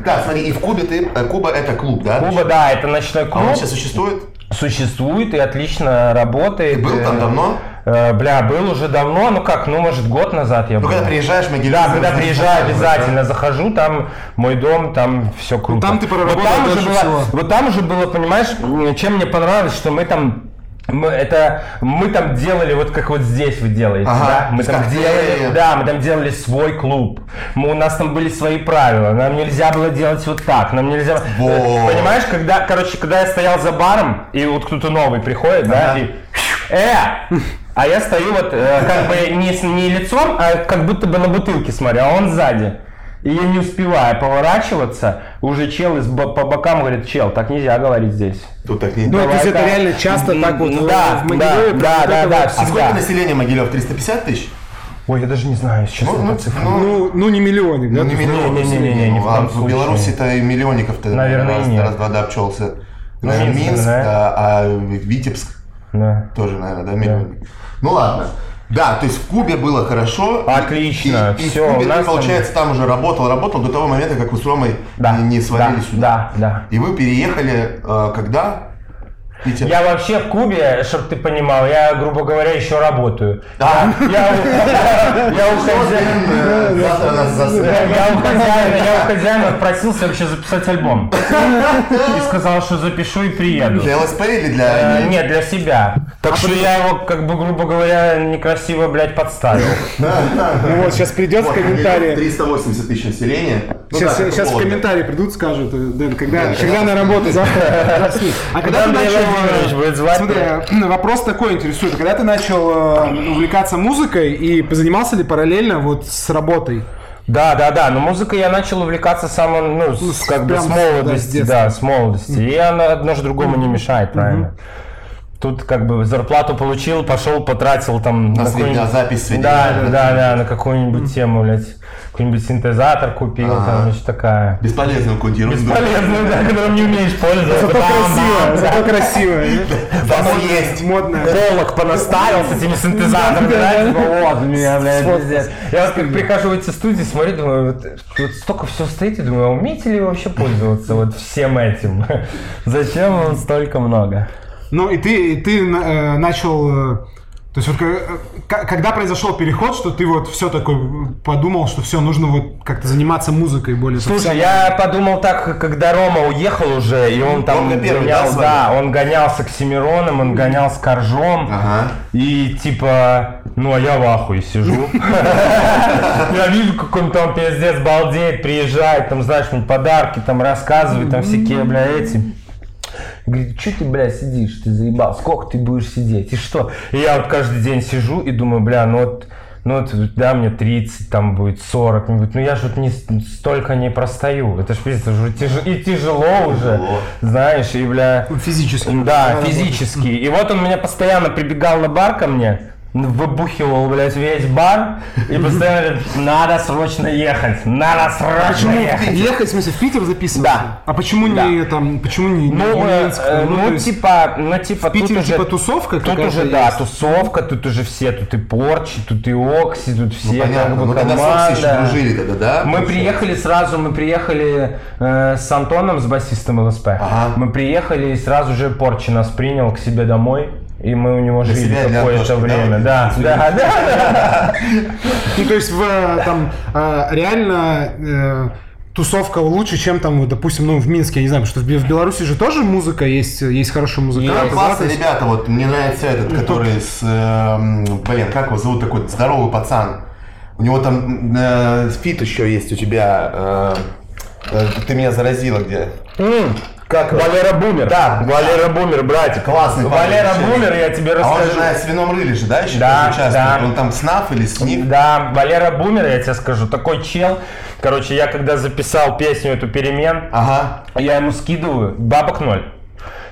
[SPEAKER 3] Так, смотри, и в Кубе ты... э, Куба это клуб, да?
[SPEAKER 2] Куба, да, это ночной
[SPEAKER 3] А он
[SPEAKER 2] клуб.
[SPEAKER 3] сейчас существует?
[SPEAKER 2] Существует и отлично работает.
[SPEAKER 3] Ты был там
[SPEAKER 2] Э,
[SPEAKER 3] давно?
[SPEAKER 2] э, Бля, был уже давно, ну как, ну может год назад я
[SPEAKER 3] Ну,
[SPEAKER 2] был.
[SPEAKER 3] когда приезжаешь в Могилев...
[SPEAKER 2] Да, когда приезжаю, обязательно захожу, там мой дом, там все круто.
[SPEAKER 1] Ну, там ты проработал
[SPEAKER 2] вот там, уже
[SPEAKER 1] дольше
[SPEAKER 2] было,
[SPEAKER 1] всего.
[SPEAKER 2] вот там уже было, понимаешь, м, чем мне понравилось, что мы там мы, это, мы там делали вот как вот здесь вы делаете,
[SPEAKER 3] Ага,
[SPEAKER 2] да? Мы
[SPEAKER 3] то есть
[SPEAKER 2] там
[SPEAKER 3] как
[SPEAKER 2] делали,
[SPEAKER 3] делали.
[SPEAKER 2] да, мы там делали свой клуб. Мы, у нас там были свои правила. Нам нельзя было делать вот так. Нам нельзя.
[SPEAKER 3] Вот.
[SPEAKER 2] Э, Понимаешь, когда, короче, когда я стоял за баром, и вот кто-то новый приходит, да,
[SPEAKER 3] Ага.
[SPEAKER 2] и Э! А я стою вот э, как бы не, с- не лицом, а как будто бы на бутылке смотрю, а он сзади. И я не успеваю поворачиваться, уже чел из бо- по бокам говорит, чел, так нельзя говорить здесь.
[SPEAKER 3] Тут так не...
[SPEAKER 1] Ну, то есть
[SPEAKER 2] Давай-ка.
[SPEAKER 1] это реально часто так вот
[SPEAKER 3] э,
[SPEAKER 2] М,
[SPEAKER 1] в-
[SPEAKER 2] да,
[SPEAKER 1] в
[SPEAKER 2] да,
[SPEAKER 1] Могилеве прям
[SPEAKER 2] да,
[SPEAKER 1] вот
[SPEAKER 2] да,
[SPEAKER 1] это
[SPEAKER 2] да,
[SPEAKER 1] вот
[SPEAKER 3] А
[SPEAKER 1] всегда.
[SPEAKER 3] сколько
[SPEAKER 2] да.
[SPEAKER 3] населения Могилев? 350 тысяч?
[SPEAKER 2] Ой, я даже не знаю, сейчас.
[SPEAKER 3] Ну, ну, ну,
[SPEAKER 1] Ну, ну не миллионник, да?
[SPEAKER 3] Ну, не миллион,
[SPEAKER 2] не-не-не-не, не в
[SPEAKER 3] а
[SPEAKER 2] коем
[SPEAKER 3] в
[SPEAKER 2] случае.
[SPEAKER 3] Беларуси-то и миллионников-то
[SPEAKER 2] Наверное,
[SPEAKER 3] раз,
[SPEAKER 2] и нет.
[SPEAKER 3] раз-два да, обчелся.
[SPEAKER 2] Ну,
[SPEAKER 3] Наверное,
[SPEAKER 2] Минск,
[SPEAKER 3] Минск,
[SPEAKER 2] да.
[SPEAKER 3] да, а Витебск
[SPEAKER 2] Да.
[SPEAKER 3] тоже, наверное, да, миллионник. Ну ладно. Да, то есть в Кубе было хорошо.
[SPEAKER 2] Отлично,
[SPEAKER 3] И, и
[SPEAKER 2] всё,
[SPEAKER 3] в Кубе
[SPEAKER 2] у нас
[SPEAKER 3] ты,
[SPEAKER 2] там-
[SPEAKER 3] получается, там... уже работал, работал до того момента, как вы с Ромой
[SPEAKER 2] Да.
[SPEAKER 3] не, не свалили
[SPEAKER 2] да,
[SPEAKER 3] сюда.
[SPEAKER 2] Да, да.
[SPEAKER 3] И вы переехали э, когда? В Питер.
[SPEAKER 2] Я вообще в Кубе, чтобы ты понимал, я, грубо говоря, еще работаю.
[SPEAKER 3] Да.
[SPEAKER 2] Я, у- я у хозяина.
[SPEAKER 3] Э, Завтра нас засыпают.
[SPEAKER 2] Я у хозяина, я у хозяина просился вообще записать альбом. И сказал, что запишу и приеду.
[SPEAKER 3] Для ЛСП или для...
[SPEAKER 2] Э, Нет, для себя. Так что я его, как бы, грубо говоря, некрасиво, блядь, подставил.
[SPEAKER 1] Ну вот, сейчас придет в
[SPEAKER 4] Вот, Могилев,
[SPEAKER 1] комментарии.
[SPEAKER 4] 380 тысяч населения. Ну
[SPEAKER 1] Сейчас,
[SPEAKER 4] да,
[SPEAKER 1] сейчас в
[SPEAKER 4] Вологда.
[SPEAKER 1] комментарии придут, скажут, э, Дэн, когда,
[SPEAKER 3] Да,
[SPEAKER 1] когда на работу завтра засни. А когда ты
[SPEAKER 2] Андрей
[SPEAKER 1] начал...
[SPEAKER 2] Владимирович
[SPEAKER 1] э,
[SPEAKER 2] будет звать
[SPEAKER 1] Смотри,
[SPEAKER 2] меня?
[SPEAKER 1] э, вопрос такой интересует. Когда ты начал э, увлекаться музыкой и позанимался ли параллельно вот с работой?
[SPEAKER 2] Да, да, да, но музыкой я начал увлекаться с самого, ну,
[SPEAKER 1] Ну,
[SPEAKER 2] с-
[SPEAKER 1] с-
[SPEAKER 2] как бы
[SPEAKER 1] прям
[SPEAKER 2] с
[SPEAKER 1] с- да, с
[SPEAKER 2] молодости,
[SPEAKER 1] детства.
[SPEAKER 2] да, с молодости. И она одно же другому не мешает, правильно. Тут как бы зарплату получил, пошел, потратил там
[SPEAKER 3] На свидня-
[SPEAKER 2] какую-нибудь-
[SPEAKER 3] запись свидания.
[SPEAKER 2] Да, да, да, да, на какую-нибудь тему, блядь, какой-нибудь синтезатор купил, там,
[SPEAKER 3] Ага.
[SPEAKER 2] значит, такая.
[SPEAKER 3] Бесполезную какую-то ерунду.
[SPEAKER 2] Бесполезную, да, которым не умеешь пользоваться.
[SPEAKER 1] Зато
[SPEAKER 2] Да,
[SPEAKER 1] красиво,
[SPEAKER 2] да,
[SPEAKER 1] зато красиво. э.
[SPEAKER 3] Там есть.
[SPEAKER 1] Модно.
[SPEAKER 2] полок понаставил с этими синтезаторами, да, типа, вот, у меня, блядь,
[SPEAKER 1] Вот.
[SPEAKER 2] пиздец. Я вот как прихожу в эти студии, смотрю, думаю, вот, вот столько всего стоит, и думаю, а умеете ли вы вообще пользоваться вот всем этим? Зачем вам столько много?
[SPEAKER 1] Ну и ты, и ты на- э, начал... э, То есть вот э, к- когда произошел переход, что ты вот все такой э, подумал, что все, нужно вот как-то заниматься музыкой более
[SPEAKER 2] Слушай, я подумал так, когда Рома уехал уже, и он там
[SPEAKER 3] Рома первый, да,
[SPEAKER 2] гонял,
[SPEAKER 3] с вами?
[SPEAKER 2] да, он гонялся к Семиронам, он гонял с Коржом,
[SPEAKER 3] Ага.
[SPEAKER 2] И типа, ну а я в ахуе сижу. Я вижу, как он там пиздец балдеет, приезжает, там, знаешь, мне подарки там рассказывает, там всякие, бля, эти. Говорит, что ты, бля, сидишь, ты заебал, сколько ты будешь сидеть, и что? И я вот каждый день сижу и думаю, бля, ну вот, ну вот, да, мне 30, там будет 40, мне будет, ну я же вот не, с- столько не простою, это ж, пиздец, уже тяж- и тяжело уже,
[SPEAKER 3] Тяжело.
[SPEAKER 2] знаешь, и, бля,
[SPEAKER 1] Физически.
[SPEAKER 2] да, физически. И вот он меня постоянно прибегал на бар ко мне, выбухивал, блядь, весь бар и постоянно говорит, надо срочно ехать, надо срочно
[SPEAKER 1] Ну,
[SPEAKER 2] ехать.
[SPEAKER 1] Ехать, в смысле, в Питер записываться?
[SPEAKER 2] Да.
[SPEAKER 1] А почему не там, почему не не
[SPEAKER 2] Ну,
[SPEAKER 1] в
[SPEAKER 2] э,
[SPEAKER 1] Минск?
[SPEAKER 2] э,
[SPEAKER 1] то
[SPEAKER 2] ну
[SPEAKER 1] есть
[SPEAKER 2] типа, ну типа,
[SPEAKER 1] в Питере
[SPEAKER 2] тут уже-
[SPEAKER 1] типа тусовка
[SPEAKER 2] Тут
[SPEAKER 1] какая-то
[SPEAKER 2] уже, да,
[SPEAKER 1] есть?
[SPEAKER 2] тусовка, тут уже все, тут и Порчи, тут и Окси, тут все,
[SPEAKER 3] Понятно.
[SPEAKER 2] как бы,
[SPEAKER 3] Ну, тогда с Окси еще
[SPEAKER 2] команда.
[SPEAKER 3] дружили тогда, да?
[SPEAKER 2] Мы приехали сразу, мы приехали э, с Антоном, с басистом ЛСП.
[SPEAKER 3] Ага.
[SPEAKER 2] Мы приехали и сразу же Порчи нас принял к себе домой. И мы у него жили
[SPEAKER 3] себя и для
[SPEAKER 2] какое-то
[SPEAKER 3] Антошки, да,
[SPEAKER 2] время.
[SPEAKER 3] вот
[SPEAKER 2] Да,
[SPEAKER 3] это
[SPEAKER 2] да, да,
[SPEAKER 1] Ну, то есть в, э, там э, реально э, тусовка лучше, чем там, вот, допустим, ну, в Минске, я не знаю, потому что в Бе- в Беларуси же тоже музыка есть, э, есть хорошие музыканты.
[SPEAKER 3] Классные
[SPEAKER 1] да, то есть-
[SPEAKER 3] ребята, вот мне нравится этот, который с, эм, блин, как его зовут, такой здоровый пацан. У него там э, фит еще есть у тебя, э, э, ты меня заразила где.
[SPEAKER 2] М, Как Валера Бумер.
[SPEAKER 3] Да,
[SPEAKER 2] Валера Бумер, братик.
[SPEAKER 3] Классный парень,
[SPEAKER 2] Валера
[SPEAKER 3] вообще.
[SPEAKER 2] Бумер, я тебе
[SPEAKER 3] А он
[SPEAKER 2] расскажу.
[SPEAKER 3] же на свином рыле же, да, еще
[SPEAKER 2] Да,
[SPEAKER 3] тоже участвует?
[SPEAKER 2] да.
[SPEAKER 3] Он там снаф или сниф?
[SPEAKER 2] Да, Валера Бумер, я тебе скажу, такой чел. Короче, я когда записал песню эту перемен,
[SPEAKER 3] Ага.
[SPEAKER 2] я ему скидываю, бабок ноль.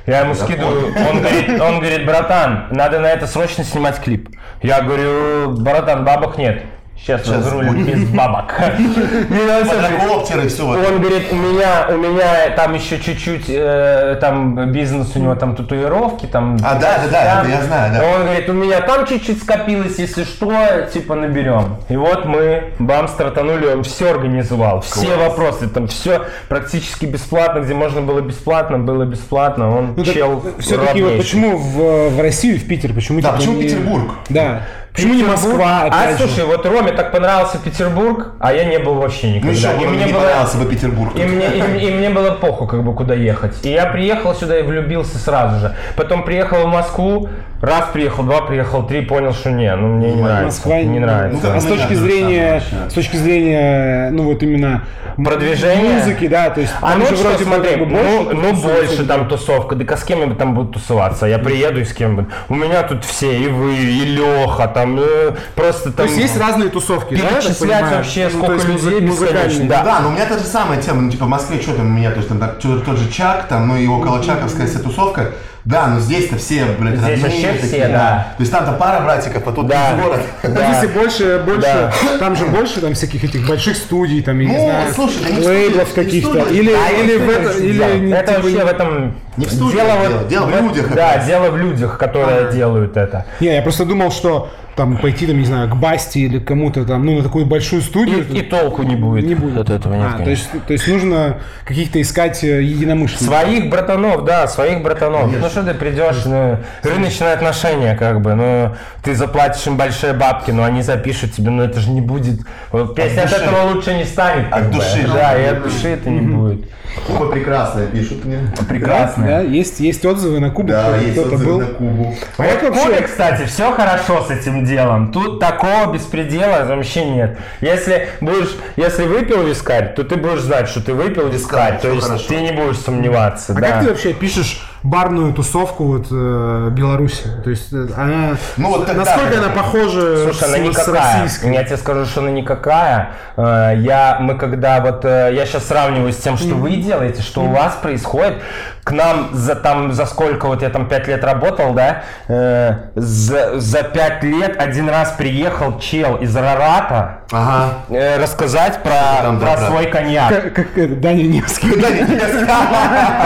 [SPEAKER 2] Я ему скидываю, он говорит, он говорит, братан, надо на это срочно снимать клип. Я говорю, братан, бабок нет. Сейчас,
[SPEAKER 3] Щас
[SPEAKER 2] разрулим
[SPEAKER 3] будет».
[SPEAKER 2] без бабок. И он всё,
[SPEAKER 3] Квадрокоптеры, все вот.
[SPEAKER 2] он говорит, у меня, у меня там еще чуть-чуть, э, там бизнес у него там татуировки, там.
[SPEAKER 3] А, да, да, да, это я знаю, да.
[SPEAKER 2] Он говорит, у меня там чуть-чуть скопилось, если что, типа наберем. И вот мы бам стартанули, он все организовал, все вопросы, там все практически бесплатно, где можно было бесплатно, было бесплатно, он
[SPEAKER 1] Ну, так
[SPEAKER 2] чел.
[SPEAKER 1] Все-таки вот
[SPEAKER 2] ровнейший.
[SPEAKER 1] почему в, в Россию, в Питер, почему
[SPEAKER 3] Да,
[SPEAKER 1] типа,
[SPEAKER 3] почему
[SPEAKER 1] не-
[SPEAKER 3] Петербург?
[SPEAKER 1] Да. Почему не Москва?
[SPEAKER 2] А
[SPEAKER 1] опять же?
[SPEAKER 2] слушай, вот Роме так понравился Петербург, а я не был вообще никогда.
[SPEAKER 3] Ну еще
[SPEAKER 2] И
[SPEAKER 3] бы
[SPEAKER 2] мне
[SPEAKER 3] мне
[SPEAKER 2] было-
[SPEAKER 3] понравился бы Петербург.
[SPEAKER 2] И мне, и, мне- и мне было похуй, как бы куда ехать. И я приехал сюда и влюбился сразу же. Потом приехал в Москву, раз приехал, два приехал, три, понял, что не, ну мне не нравится.
[SPEAKER 1] Москва
[SPEAKER 2] не нравится.
[SPEAKER 1] А
[SPEAKER 3] Ну,
[SPEAKER 1] с точки
[SPEAKER 3] понятно,
[SPEAKER 1] зрения,
[SPEAKER 3] да,
[SPEAKER 1] с точки зрения, ну вот именно м-
[SPEAKER 2] Продвижение?
[SPEAKER 1] музыки, да, то есть.
[SPEAKER 2] А
[SPEAKER 1] там
[SPEAKER 2] ну
[SPEAKER 1] же
[SPEAKER 2] что,
[SPEAKER 1] вроде бы
[SPEAKER 2] смотри,
[SPEAKER 1] как бы
[SPEAKER 2] ну, ну,
[SPEAKER 1] тусовки.
[SPEAKER 2] больше там тусовка, да с кем я там буду тусоваться? Я приеду и с кем буду. У меня тут все, и вы, и Леха, там, э, просто
[SPEAKER 1] То
[SPEAKER 2] там...
[SPEAKER 1] есть есть разные тусовки, да? я так
[SPEAKER 2] Перечислять
[SPEAKER 1] понимаю?
[SPEAKER 2] вообще
[SPEAKER 1] Ну, то
[SPEAKER 2] сколько
[SPEAKER 1] есть музы-
[SPEAKER 2] людей
[SPEAKER 1] музыкальные. Ну,
[SPEAKER 2] бесконечно,
[SPEAKER 3] Да, но у меня та же самая тема, ну, типа, в Москве, что там у меня, то есть, там, так, чё- тот же Чак, там, ну, и около Чаковская вся тусовка, да, но здесь-то все, блядь,
[SPEAKER 2] Здесь
[SPEAKER 3] родные
[SPEAKER 2] вообще
[SPEAKER 3] такие,
[SPEAKER 2] все, да.
[SPEAKER 3] То есть, там-то пара братиков, а тут
[SPEAKER 2] Да.
[SPEAKER 3] весь город.
[SPEAKER 1] Ну,
[SPEAKER 2] Да.
[SPEAKER 1] Если больше, больше,
[SPEAKER 2] Да.
[SPEAKER 1] там же больше там всяких этих больших студий, там, я не
[SPEAKER 3] Ну,
[SPEAKER 1] знаю,
[SPEAKER 3] слушай, да не
[SPEAKER 1] лейблов
[SPEAKER 3] студии, не
[SPEAKER 1] каких-то.
[SPEAKER 3] студии.
[SPEAKER 1] Или,
[SPEAKER 3] Да,
[SPEAKER 1] или в
[SPEAKER 3] это
[SPEAKER 1] это,
[SPEAKER 3] очень
[SPEAKER 1] или
[SPEAKER 2] Да,
[SPEAKER 1] не-
[SPEAKER 2] это
[SPEAKER 1] типа,
[SPEAKER 2] А вообще
[SPEAKER 1] не-
[SPEAKER 2] в этом...
[SPEAKER 3] Не в студии дело, дело в людях как
[SPEAKER 2] Да,
[SPEAKER 3] раз.
[SPEAKER 2] дело в людях, которые делают это.
[SPEAKER 1] Не, я просто думал, что там пойти, там, не знаю, к Басти или к кому-то там, ну, на такую большую
[SPEAKER 2] И,
[SPEAKER 1] студию.
[SPEAKER 2] и толку не будет.
[SPEAKER 1] Не будет.
[SPEAKER 2] От этого нет,
[SPEAKER 1] А, то
[SPEAKER 2] конечно.
[SPEAKER 1] есть, то есть нужно каких-то искать э, единомышленников.
[SPEAKER 2] Своих братанов, да, своих братанов. Ну что ты придешь, ну, рыночные отношения, как бы, ну, ты заплатишь им большие бабки, но они запишут тебе, но это же не будет. вот Песня от,
[SPEAKER 3] души.
[SPEAKER 2] этого лучше не станет. как
[SPEAKER 3] От
[SPEAKER 2] бы.
[SPEAKER 3] души.
[SPEAKER 2] Да, и от души это не будет.
[SPEAKER 4] Куба прекрасная, пишут мне.
[SPEAKER 2] Прекрасно.
[SPEAKER 1] Да, есть, есть отзывы на Кубу,
[SPEAKER 4] Да,
[SPEAKER 1] кто-
[SPEAKER 4] есть
[SPEAKER 1] кто-то
[SPEAKER 4] отзывы
[SPEAKER 1] был.
[SPEAKER 4] на Кубу.
[SPEAKER 1] А как
[SPEAKER 2] Вот
[SPEAKER 1] вообще-
[SPEAKER 2] Коля, кстати, все хорошо с этим делом. Тут такого беспредела вообще нет. Если будешь, если выпил вискарь, то ты будешь знать, что ты выпил вискарь.
[SPEAKER 3] всё
[SPEAKER 2] то есть
[SPEAKER 3] хорошо.
[SPEAKER 2] ты не будешь сомневаться.
[SPEAKER 1] А
[SPEAKER 2] да.
[SPEAKER 1] как ты вообще пишешь барную тусовку вот э, Беларуси? То есть э, она
[SPEAKER 3] Ну, вот тогда-
[SPEAKER 1] насколько она похожа
[SPEAKER 2] Слушай, она
[SPEAKER 1] э, с, с
[SPEAKER 2] никакая.
[SPEAKER 1] российской?
[SPEAKER 2] Я тебе скажу, что она никакая. Э, Я, мы когда вот, э, я сейчас сравниваю с тем, что вы делаете, что у вас происходит. К нам за там, за сколько вот я там пять лет работал, да, э, за, за пять лет один раз приехал чел из Рарата
[SPEAKER 3] Ага.
[SPEAKER 2] э, рассказать про,
[SPEAKER 3] Там, да,
[SPEAKER 2] про
[SPEAKER 3] да.
[SPEAKER 2] свой коньяк.
[SPEAKER 1] Как, как это, Даня Невский.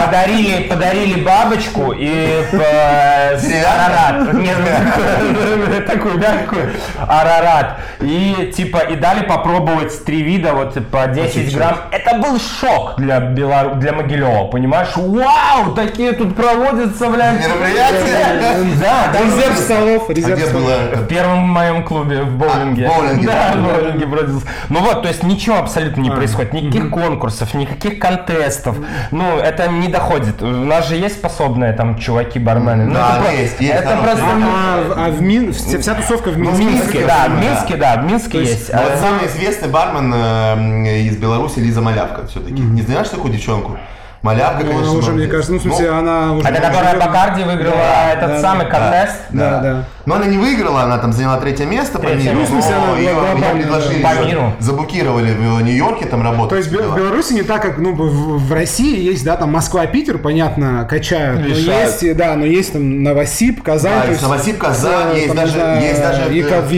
[SPEAKER 2] Подарили, подарили бабочку и э, с- арарат. Не знаю, Такую мягкую. Арарат. И типа и дали попробовать три вида вот по 10 грамм. Это был шок для Бела- для Могилева, понимаешь? Вау, такие тут проводятся, блядь.
[SPEAKER 3] Мероприятия?
[SPEAKER 2] Да, ну, да.
[SPEAKER 1] Резерв столов,
[SPEAKER 3] А
[SPEAKER 1] резерв
[SPEAKER 3] где
[SPEAKER 1] столов.
[SPEAKER 3] было
[SPEAKER 2] В
[SPEAKER 3] это?
[SPEAKER 2] первом моем клубе в боулинге.
[SPEAKER 3] А, в боулинге,
[SPEAKER 2] Да,
[SPEAKER 3] да.
[SPEAKER 2] в боулинге бродился. Ну вот, то есть ничего абсолютно не происходит. Никаких конкурсов, никаких контестов. Ну, это не доходит. У нас же есть способные там чуваки, бармены. Ну,
[SPEAKER 3] Да,
[SPEAKER 2] это про-
[SPEAKER 3] есть, есть
[SPEAKER 2] Это
[SPEAKER 3] хорошие.
[SPEAKER 2] просто...
[SPEAKER 1] А, в- а в Мин, вся, вся тусовка в
[SPEAKER 2] Ну, В
[SPEAKER 1] Минске.
[SPEAKER 2] Минске, да, в Минске, да, в Минске
[SPEAKER 1] есть-
[SPEAKER 2] есть.
[SPEAKER 3] Ну,
[SPEAKER 2] А-
[SPEAKER 3] Вот самый известный бармен э, из Беларуси Лиза Малявка все-таки. Не знаешь такую девчонку? Малявка,
[SPEAKER 1] Ну,
[SPEAKER 3] конечно.
[SPEAKER 1] Она уже, мне
[SPEAKER 3] молодец.
[SPEAKER 1] кажется, ну, в смысле,
[SPEAKER 3] Ну,
[SPEAKER 1] она уже...
[SPEAKER 2] Это а которая Бакарди выиграла
[SPEAKER 1] Да,
[SPEAKER 2] этот
[SPEAKER 1] да,
[SPEAKER 2] самый
[SPEAKER 1] да.
[SPEAKER 2] контест.
[SPEAKER 1] Да, да.
[SPEAKER 3] Но она не выиграла, она там заняла третье место по
[SPEAKER 2] Третье
[SPEAKER 3] миру.
[SPEAKER 2] место. Ну, в
[SPEAKER 1] смысле, она
[SPEAKER 3] но ее-
[SPEAKER 1] была
[SPEAKER 3] ее
[SPEAKER 1] глобальная,
[SPEAKER 3] предложили,
[SPEAKER 2] да. По
[SPEAKER 3] ее
[SPEAKER 2] миру.
[SPEAKER 3] заблокировали в Нью-Йорке там работать.
[SPEAKER 1] То есть Бе- в Беларуси не так, как ну, в в России есть, да, там Москва-Питер, понятно, качают. Но
[SPEAKER 2] Лишают.
[SPEAKER 1] есть, и- да, но есть там Новосиб, Казань.
[SPEAKER 3] Да,
[SPEAKER 1] то
[SPEAKER 3] А, есть
[SPEAKER 1] есть,
[SPEAKER 3] Новосиб, Казань,
[SPEAKER 1] э,
[SPEAKER 3] есть
[SPEAKER 1] там,
[SPEAKER 3] даже-
[SPEAKER 1] не знаю,
[SPEAKER 3] есть даже,
[SPEAKER 1] ЕК-
[SPEAKER 3] э,
[SPEAKER 1] в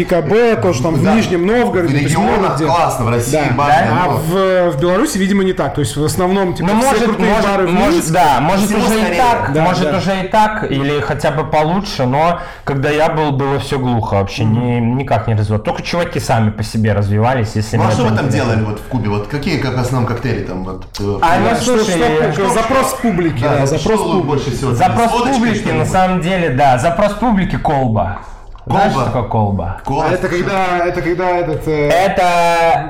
[SPEAKER 1] ЕКБ, то, что там
[SPEAKER 3] да.
[SPEAKER 1] в Нижнем Новгороде.
[SPEAKER 3] В
[SPEAKER 1] то есть много
[SPEAKER 3] регионах
[SPEAKER 1] где.
[SPEAKER 3] классно, в России
[SPEAKER 1] Да.
[SPEAKER 3] бармен,
[SPEAKER 2] Да.
[SPEAKER 1] А
[SPEAKER 3] ну,
[SPEAKER 1] в, в Беларуси, видимо, не так. То есть в основном, типа,
[SPEAKER 2] Ну,
[SPEAKER 1] все
[SPEAKER 2] может,
[SPEAKER 1] крутые бары
[SPEAKER 2] может,
[SPEAKER 1] в
[SPEAKER 2] может,
[SPEAKER 1] Минске.
[SPEAKER 2] да, может
[SPEAKER 3] Всего
[SPEAKER 2] уже и
[SPEAKER 3] скорее.
[SPEAKER 2] так,
[SPEAKER 1] Да,
[SPEAKER 2] может
[SPEAKER 1] да.
[SPEAKER 2] уже и так, или хотя бы получше, но когда я был, было все глухо вообще, ни- никак не развивалось. Только чуваки сами по себе развивались, если
[SPEAKER 3] Ну,
[SPEAKER 2] мне
[SPEAKER 3] а что
[SPEAKER 2] это
[SPEAKER 3] вы там
[SPEAKER 2] интересно.
[SPEAKER 3] делали вот в Кубе? Вот какие как в основном коктейли там? Вот, э,
[SPEAKER 2] А, ну,
[SPEAKER 1] Да, что-
[SPEAKER 2] слушай,
[SPEAKER 1] что-
[SPEAKER 2] что-
[SPEAKER 1] запрос публики,
[SPEAKER 3] да,
[SPEAKER 1] да,
[SPEAKER 3] что
[SPEAKER 1] Э, запрос
[SPEAKER 3] вы
[SPEAKER 1] публики.
[SPEAKER 3] больше всего?
[SPEAKER 2] Запрос
[SPEAKER 3] С водочкой
[SPEAKER 2] публики,
[SPEAKER 3] что-нибудь?
[SPEAKER 2] на самом деле, да, запрос публики колба. Знаешь,
[SPEAKER 3] Колба?
[SPEAKER 2] что такое колба?
[SPEAKER 3] Колос.
[SPEAKER 1] А это когда, это когда этот... э,
[SPEAKER 2] Это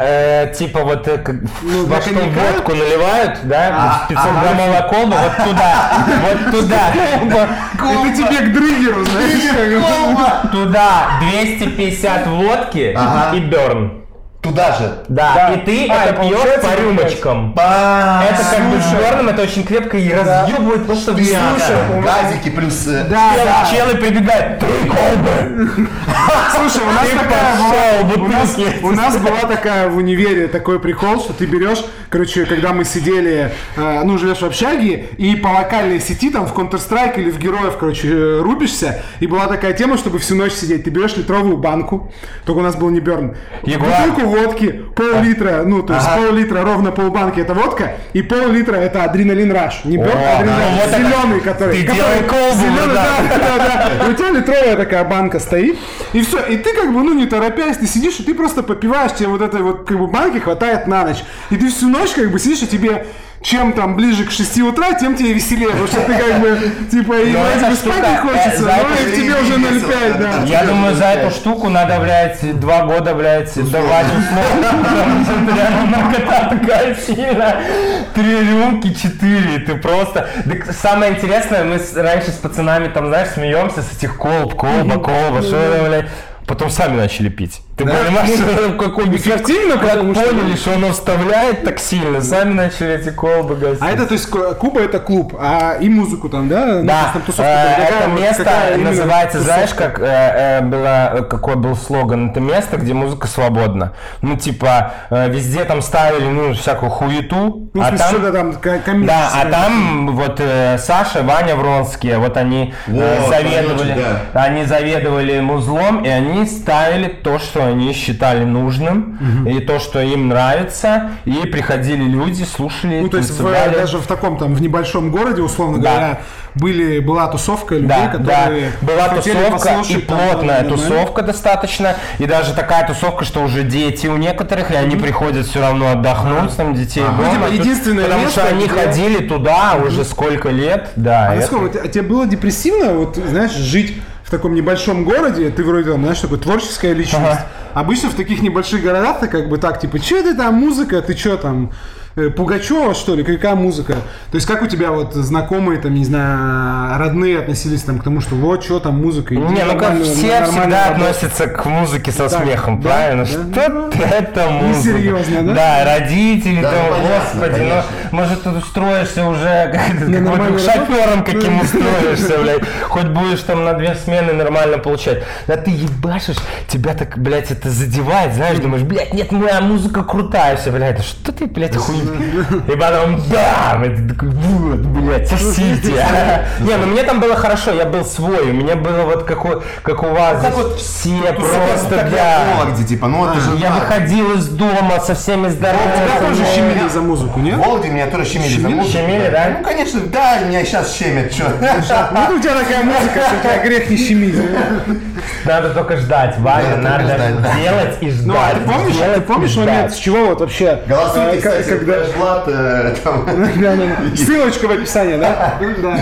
[SPEAKER 2] э, типа вот э, как-
[SPEAKER 1] Ну,
[SPEAKER 2] во
[SPEAKER 1] для
[SPEAKER 2] что
[SPEAKER 1] коньяка?
[SPEAKER 2] водку наливают, да?
[SPEAKER 3] А,
[SPEAKER 2] 500 граммовая колба вот туда, вот туда. Э,
[SPEAKER 1] Это тебе к дриггеру, знаешь? как бы.
[SPEAKER 2] Туда 250 водки
[SPEAKER 3] Ага.
[SPEAKER 2] и берн.
[SPEAKER 3] Туда же.
[SPEAKER 2] Да,
[SPEAKER 5] Да.
[SPEAKER 2] и ты
[SPEAKER 5] А,
[SPEAKER 2] это
[SPEAKER 5] и
[SPEAKER 2] пьешь
[SPEAKER 5] получается,
[SPEAKER 2] по рюмочкам.
[SPEAKER 3] Ба-
[SPEAKER 2] Это как бы с берном, это очень крепко и разъебывает просто в мясо.
[SPEAKER 3] Да, Газики плюс... э,
[SPEAKER 1] Да,
[SPEAKER 2] Челы-
[SPEAKER 1] да.
[SPEAKER 2] Челы прибегают. Три колбы.
[SPEAKER 1] Слушай, у нас
[SPEAKER 2] Ты
[SPEAKER 1] такая
[SPEAKER 2] пошёл,
[SPEAKER 1] была, у нас,
[SPEAKER 2] бутылки.
[SPEAKER 1] у нас была такая в универе такой прикол, что ты берешь, короче, когда мы сидели, э, ну живешь в общаге и по локальной сети там в Counter-Strike или в героев, короче, э, рубишься, и была такая тема, чтобы всю ночь сидеть. Ты берешь литровую банку, только у нас был не Берн,
[SPEAKER 2] Ягуар.
[SPEAKER 1] бутылку водки, пол-литра, ну то есть пол-литра ровно полбанки это водка и пол-литра это адреналин раш, не Берн,
[SPEAKER 2] О,
[SPEAKER 1] а адреналин,
[SPEAKER 2] ну вот это-
[SPEAKER 1] зеленый, который,
[SPEAKER 2] ты
[SPEAKER 1] который-
[SPEAKER 2] делай колбу,
[SPEAKER 1] зеленый,
[SPEAKER 2] да.
[SPEAKER 1] да, да, да. И У тебя литровая такая банка стоит, и все, и ты как бы, ну, не торопясь, ты сидишь, и ты просто попиваешь, тебе вот этой вот, как бы, банки хватает на ночь. И ты всю ночь, как бы, сидишь, и тебе чем там ближе к 6 утра, тем тебе веселее, потому что ты как бы, типа, и
[SPEAKER 2] Но
[SPEAKER 1] вроде
[SPEAKER 2] эта
[SPEAKER 1] бы спать
[SPEAKER 2] штука,
[SPEAKER 1] не
[SPEAKER 2] э,
[SPEAKER 1] хочется,
[SPEAKER 2] за
[SPEAKER 1] но
[SPEAKER 2] это
[SPEAKER 1] и
[SPEAKER 3] же
[SPEAKER 1] тебе
[SPEAKER 3] и
[SPEAKER 1] уже
[SPEAKER 3] весело,
[SPEAKER 1] 0,5, да.
[SPEAKER 3] да-да-да.
[SPEAKER 2] Я думаю, за эту штуку надо, блядь, два года, блядь, давать условно. Потому что прям наркота такая сильная. Три рюмки, четыре. Ты просто... Так Самое интересное, мы с- раньше с пацанами там, знаешь, смеемся с этих колб, колба, колба, что это, блядь. Потом сами начали пить. Ты понимаешь, что это какой
[SPEAKER 1] Эффективно, потому что-
[SPEAKER 2] поняли, что оно вставляет так сильно, сами начали эти колбы гасить.
[SPEAKER 1] А это, то есть, ко- Куба это клуб, а и музыку там, да? Ну, то
[SPEAKER 2] Да,
[SPEAKER 1] есть там тусовка
[SPEAKER 2] э,
[SPEAKER 1] предлагают,
[SPEAKER 2] это
[SPEAKER 1] вот
[SPEAKER 2] место
[SPEAKER 1] какая именно
[SPEAKER 2] называется,
[SPEAKER 1] тусовка?
[SPEAKER 2] знаешь, как э, э, было, э, какой был слоган, это место, где музыка свободна. Ну, типа, э, везде там ставили, ну, всякую хуету,
[SPEAKER 1] Ну, в
[SPEAKER 2] а
[SPEAKER 1] смысле, что-то
[SPEAKER 2] там...
[SPEAKER 1] там ко-
[SPEAKER 2] Да,
[SPEAKER 1] коммерческое.
[SPEAKER 2] а там вот э, Саша, Ваня Вронские, вот они э,
[SPEAKER 4] Вот,
[SPEAKER 2] заведовали,
[SPEAKER 4] короче,
[SPEAKER 2] они заведовали музлом, и они ставили то, что они считали нужным, и то, что им нравится, и приходили люди, слушали,
[SPEAKER 1] Ну, то есть в-
[SPEAKER 2] танцевали.
[SPEAKER 1] даже в таком там, в небольшом городе, условно
[SPEAKER 2] Да.
[SPEAKER 1] говоря, были, была тусовка людей,
[SPEAKER 2] Да, да,
[SPEAKER 1] которые
[SPEAKER 2] была
[SPEAKER 1] хотели
[SPEAKER 2] тусовка и
[SPEAKER 1] послушать там, да, да,
[SPEAKER 2] плотная
[SPEAKER 1] да.
[SPEAKER 2] тусовка достаточно, и даже такая тусовка, что уже дети у некоторых, и они приходят все равно отдохнуть, там детей дома,
[SPEAKER 1] А, Видимо,
[SPEAKER 2] тут-
[SPEAKER 1] единственное
[SPEAKER 2] потому
[SPEAKER 1] место,
[SPEAKER 2] что они
[SPEAKER 1] где-
[SPEAKER 2] ходили туда уже сколько лет, да,
[SPEAKER 1] А
[SPEAKER 2] это-
[SPEAKER 1] насколько- а тебе было депрессивно, вот, знаешь, жить в таком небольшом городе, ты вроде там, знаешь, такой творческая личность.
[SPEAKER 2] Ага.
[SPEAKER 1] Обычно в таких небольших городах ты как бы так, типа, че ты там, музыка, ты че там, э, Пугачева, что ли, какая музыка? То есть как у тебя вот знакомые, там, не знаю, родные относились там к тому, что вот, что там музыка? иди
[SPEAKER 2] не, ну как
[SPEAKER 1] нормально-
[SPEAKER 2] все
[SPEAKER 1] нормально
[SPEAKER 2] всегда
[SPEAKER 1] работай».
[SPEAKER 2] относятся к музыке
[SPEAKER 1] Да,
[SPEAKER 2] со смехом,
[SPEAKER 1] да,
[SPEAKER 2] правильно?
[SPEAKER 1] да,
[SPEAKER 2] что ты это музыка?
[SPEAKER 1] Несерьезно, да?
[SPEAKER 2] Да, родители,
[SPEAKER 4] Да,
[SPEAKER 2] там,
[SPEAKER 4] ну, понятно,
[SPEAKER 2] господи, ну,
[SPEAKER 4] конечно.
[SPEAKER 2] может, ты устроишься уже как, это, как
[SPEAKER 1] нормально
[SPEAKER 2] вот шофером каким устроишься, блядь. Хоть будешь там на две смены нормально получать. Да ты ебашишь, тебя так, блядь, это задевает, знаешь, думаешь, блядь, нет, моя музыка крутая, все, блядь, да что ты, блядь, хуй. И потом, да, и ты такой, вот, блядь, сосите. Не, ну мне там было хорошо, я был свой, у меня было вот как у, как у вас здесь.
[SPEAKER 1] ну,
[SPEAKER 2] все просто,
[SPEAKER 3] Кола,
[SPEAKER 2] бля.
[SPEAKER 3] Ну, где типа, ну это же...
[SPEAKER 2] Я выходил из дома со всеми
[SPEAKER 1] Ну,
[SPEAKER 3] Э,
[SPEAKER 1] Тебя тоже
[SPEAKER 2] здоровыми.
[SPEAKER 1] щемили за музыку, нет?
[SPEAKER 3] Волги меня тоже щемили за музыку.
[SPEAKER 2] Щемили, да?
[SPEAKER 3] Ну, конечно, да, меня сейчас щемят, что.
[SPEAKER 1] Ну, у тебя такая музыка, что тебя грех не щемить.
[SPEAKER 2] Надо только ждать, Ваня,
[SPEAKER 3] Надо только
[SPEAKER 2] надо
[SPEAKER 3] ждать, да.
[SPEAKER 2] делать и ждать.
[SPEAKER 1] Ну, а ты помнишь,
[SPEAKER 2] делать
[SPEAKER 1] ты
[SPEAKER 2] и
[SPEAKER 1] помнишь
[SPEAKER 2] ждать.
[SPEAKER 1] момент, с чего вот вообще?
[SPEAKER 4] Голосуйте,
[SPEAKER 1] э, как-
[SPEAKER 4] кстати, Flash Blood, э, там.
[SPEAKER 1] Да, да, да. Ссылочка в описании, да? Ну Да.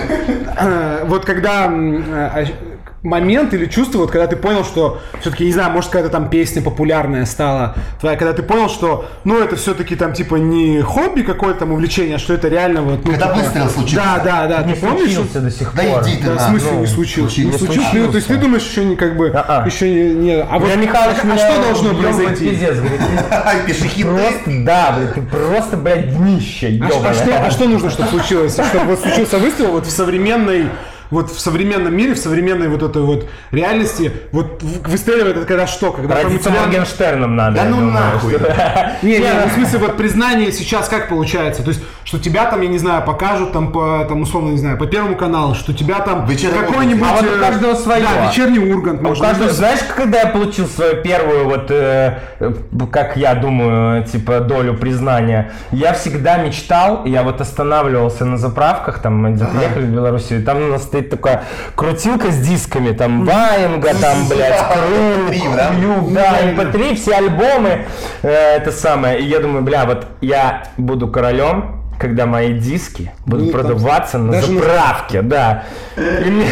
[SPEAKER 1] Э, Вот когда м, э, а- момент или чувство, вот когда ты понял, что все-таки, не знаю, может, какая-то там песня популярная стала твоя, когда ты понял, что, ну, это все-таки там, типа, не хобби какое-то там увлечение, а что это реально вот... ну,
[SPEAKER 3] Когда
[SPEAKER 1] типа-
[SPEAKER 3] выстрел случился.
[SPEAKER 1] Да, да, да.
[SPEAKER 2] Не
[SPEAKER 1] А Ты помнишь?
[SPEAKER 2] случился до сих
[SPEAKER 3] Да
[SPEAKER 2] пор.
[SPEAKER 3] иди ты
[SPEAKER 1] Да, в
[SPEAKER 3] на.
[SPEAKER 1] смысле
[SPEAKER 3] ну.
[SPEAKER 1] не случилось? Не
[SPEAKER 3] случилось.
[SPEAKER 1] случилось. Ну, то есть ты думаешь, еще не как бы...
[SPEAKER 2] А-а.
[SPEAKER 1] Еще не... не- а вот...
[SPEAKER 2] Я Михалыч,
[SPEAKER 1] а
[SPEAKER 2] меня
[SPEAKER 1] что должно
[SPEAKER 2] ёбает
[SPEAKER 1] произойти?
[SPEAKER 2] Пиздец, говорит, ты
[SPEAKER 3] Ай, пиши хиты.
[SPEAKER 2] просто, да, блядь, ты просто, блядь, днище,
[SPEAKER 1] А ш-
[SPEAKER 2] ёбаное.
[SPEAKER 1] А что, а что нужно, чтобы случилось? Чтобы вот случился выстрел вот в современной вот в современном мире, в современной вот этой вот реальности, вот в- выстреливает это когда что? Когда
[SPEAKER 2] Родиться
[SPEAKER 1] промышленная-
[SPEAKER 2] Моргенштерном надо.
[SPEAKER 3] Да
[SPEAKER 2] я
[SPEAKER 3] ну
[SPEAKER 2] думаю,
[SPEAKER 3] нахуй.
[SPEAKER 2] что-
[SPEAKER 1] Типа- Не, не, ну, в смысле вот признание сейчас как получается? То есть, что тебя там, я не знаю, покажут там по, там, условно, не знаю, по Первому каналу, что тебя там
[SPEAKER 3] Вечерний
[SPEAKER 1] какой-нибудь...
[SPEAKER 2] Ургант. А вот у
[SPEAKER 1] э,
[SPEAKER 2] каждого своё.
[SPEAKER 1] Да, вечерний Ургант.
[SPEAKER 2] У
[SPEAKER 1] может,
[SPEAKER 2] каждого-
[SPEAKER 1] ну,
[SPEAKER 2] знаешь, когда я получил свою первую, вот, э, э, как я думаю, типа, долю признания, я всегда мечтал, я вот останавливался на заправках, там, мы где-то ехали в Белоруссию, и там у нас стоит такая крутилка с дисками, там, Ваенга, там, блядь,
[SPEAKER 3] MP3,
[SPEAKER 2] Крым,
[SPEAKER 3] да?
[SPEAKER 2] Хью, да, MP3, все альбомы, э, это самое, и я думаю, бля, вот я буду королем, когда мои диски будут
[SPEAKER 1] Ну, там
[SPEAKER 2] продаваться на
[SPEAKER 1] даже на-
[SPEAKER 2] заправке, да. И мне,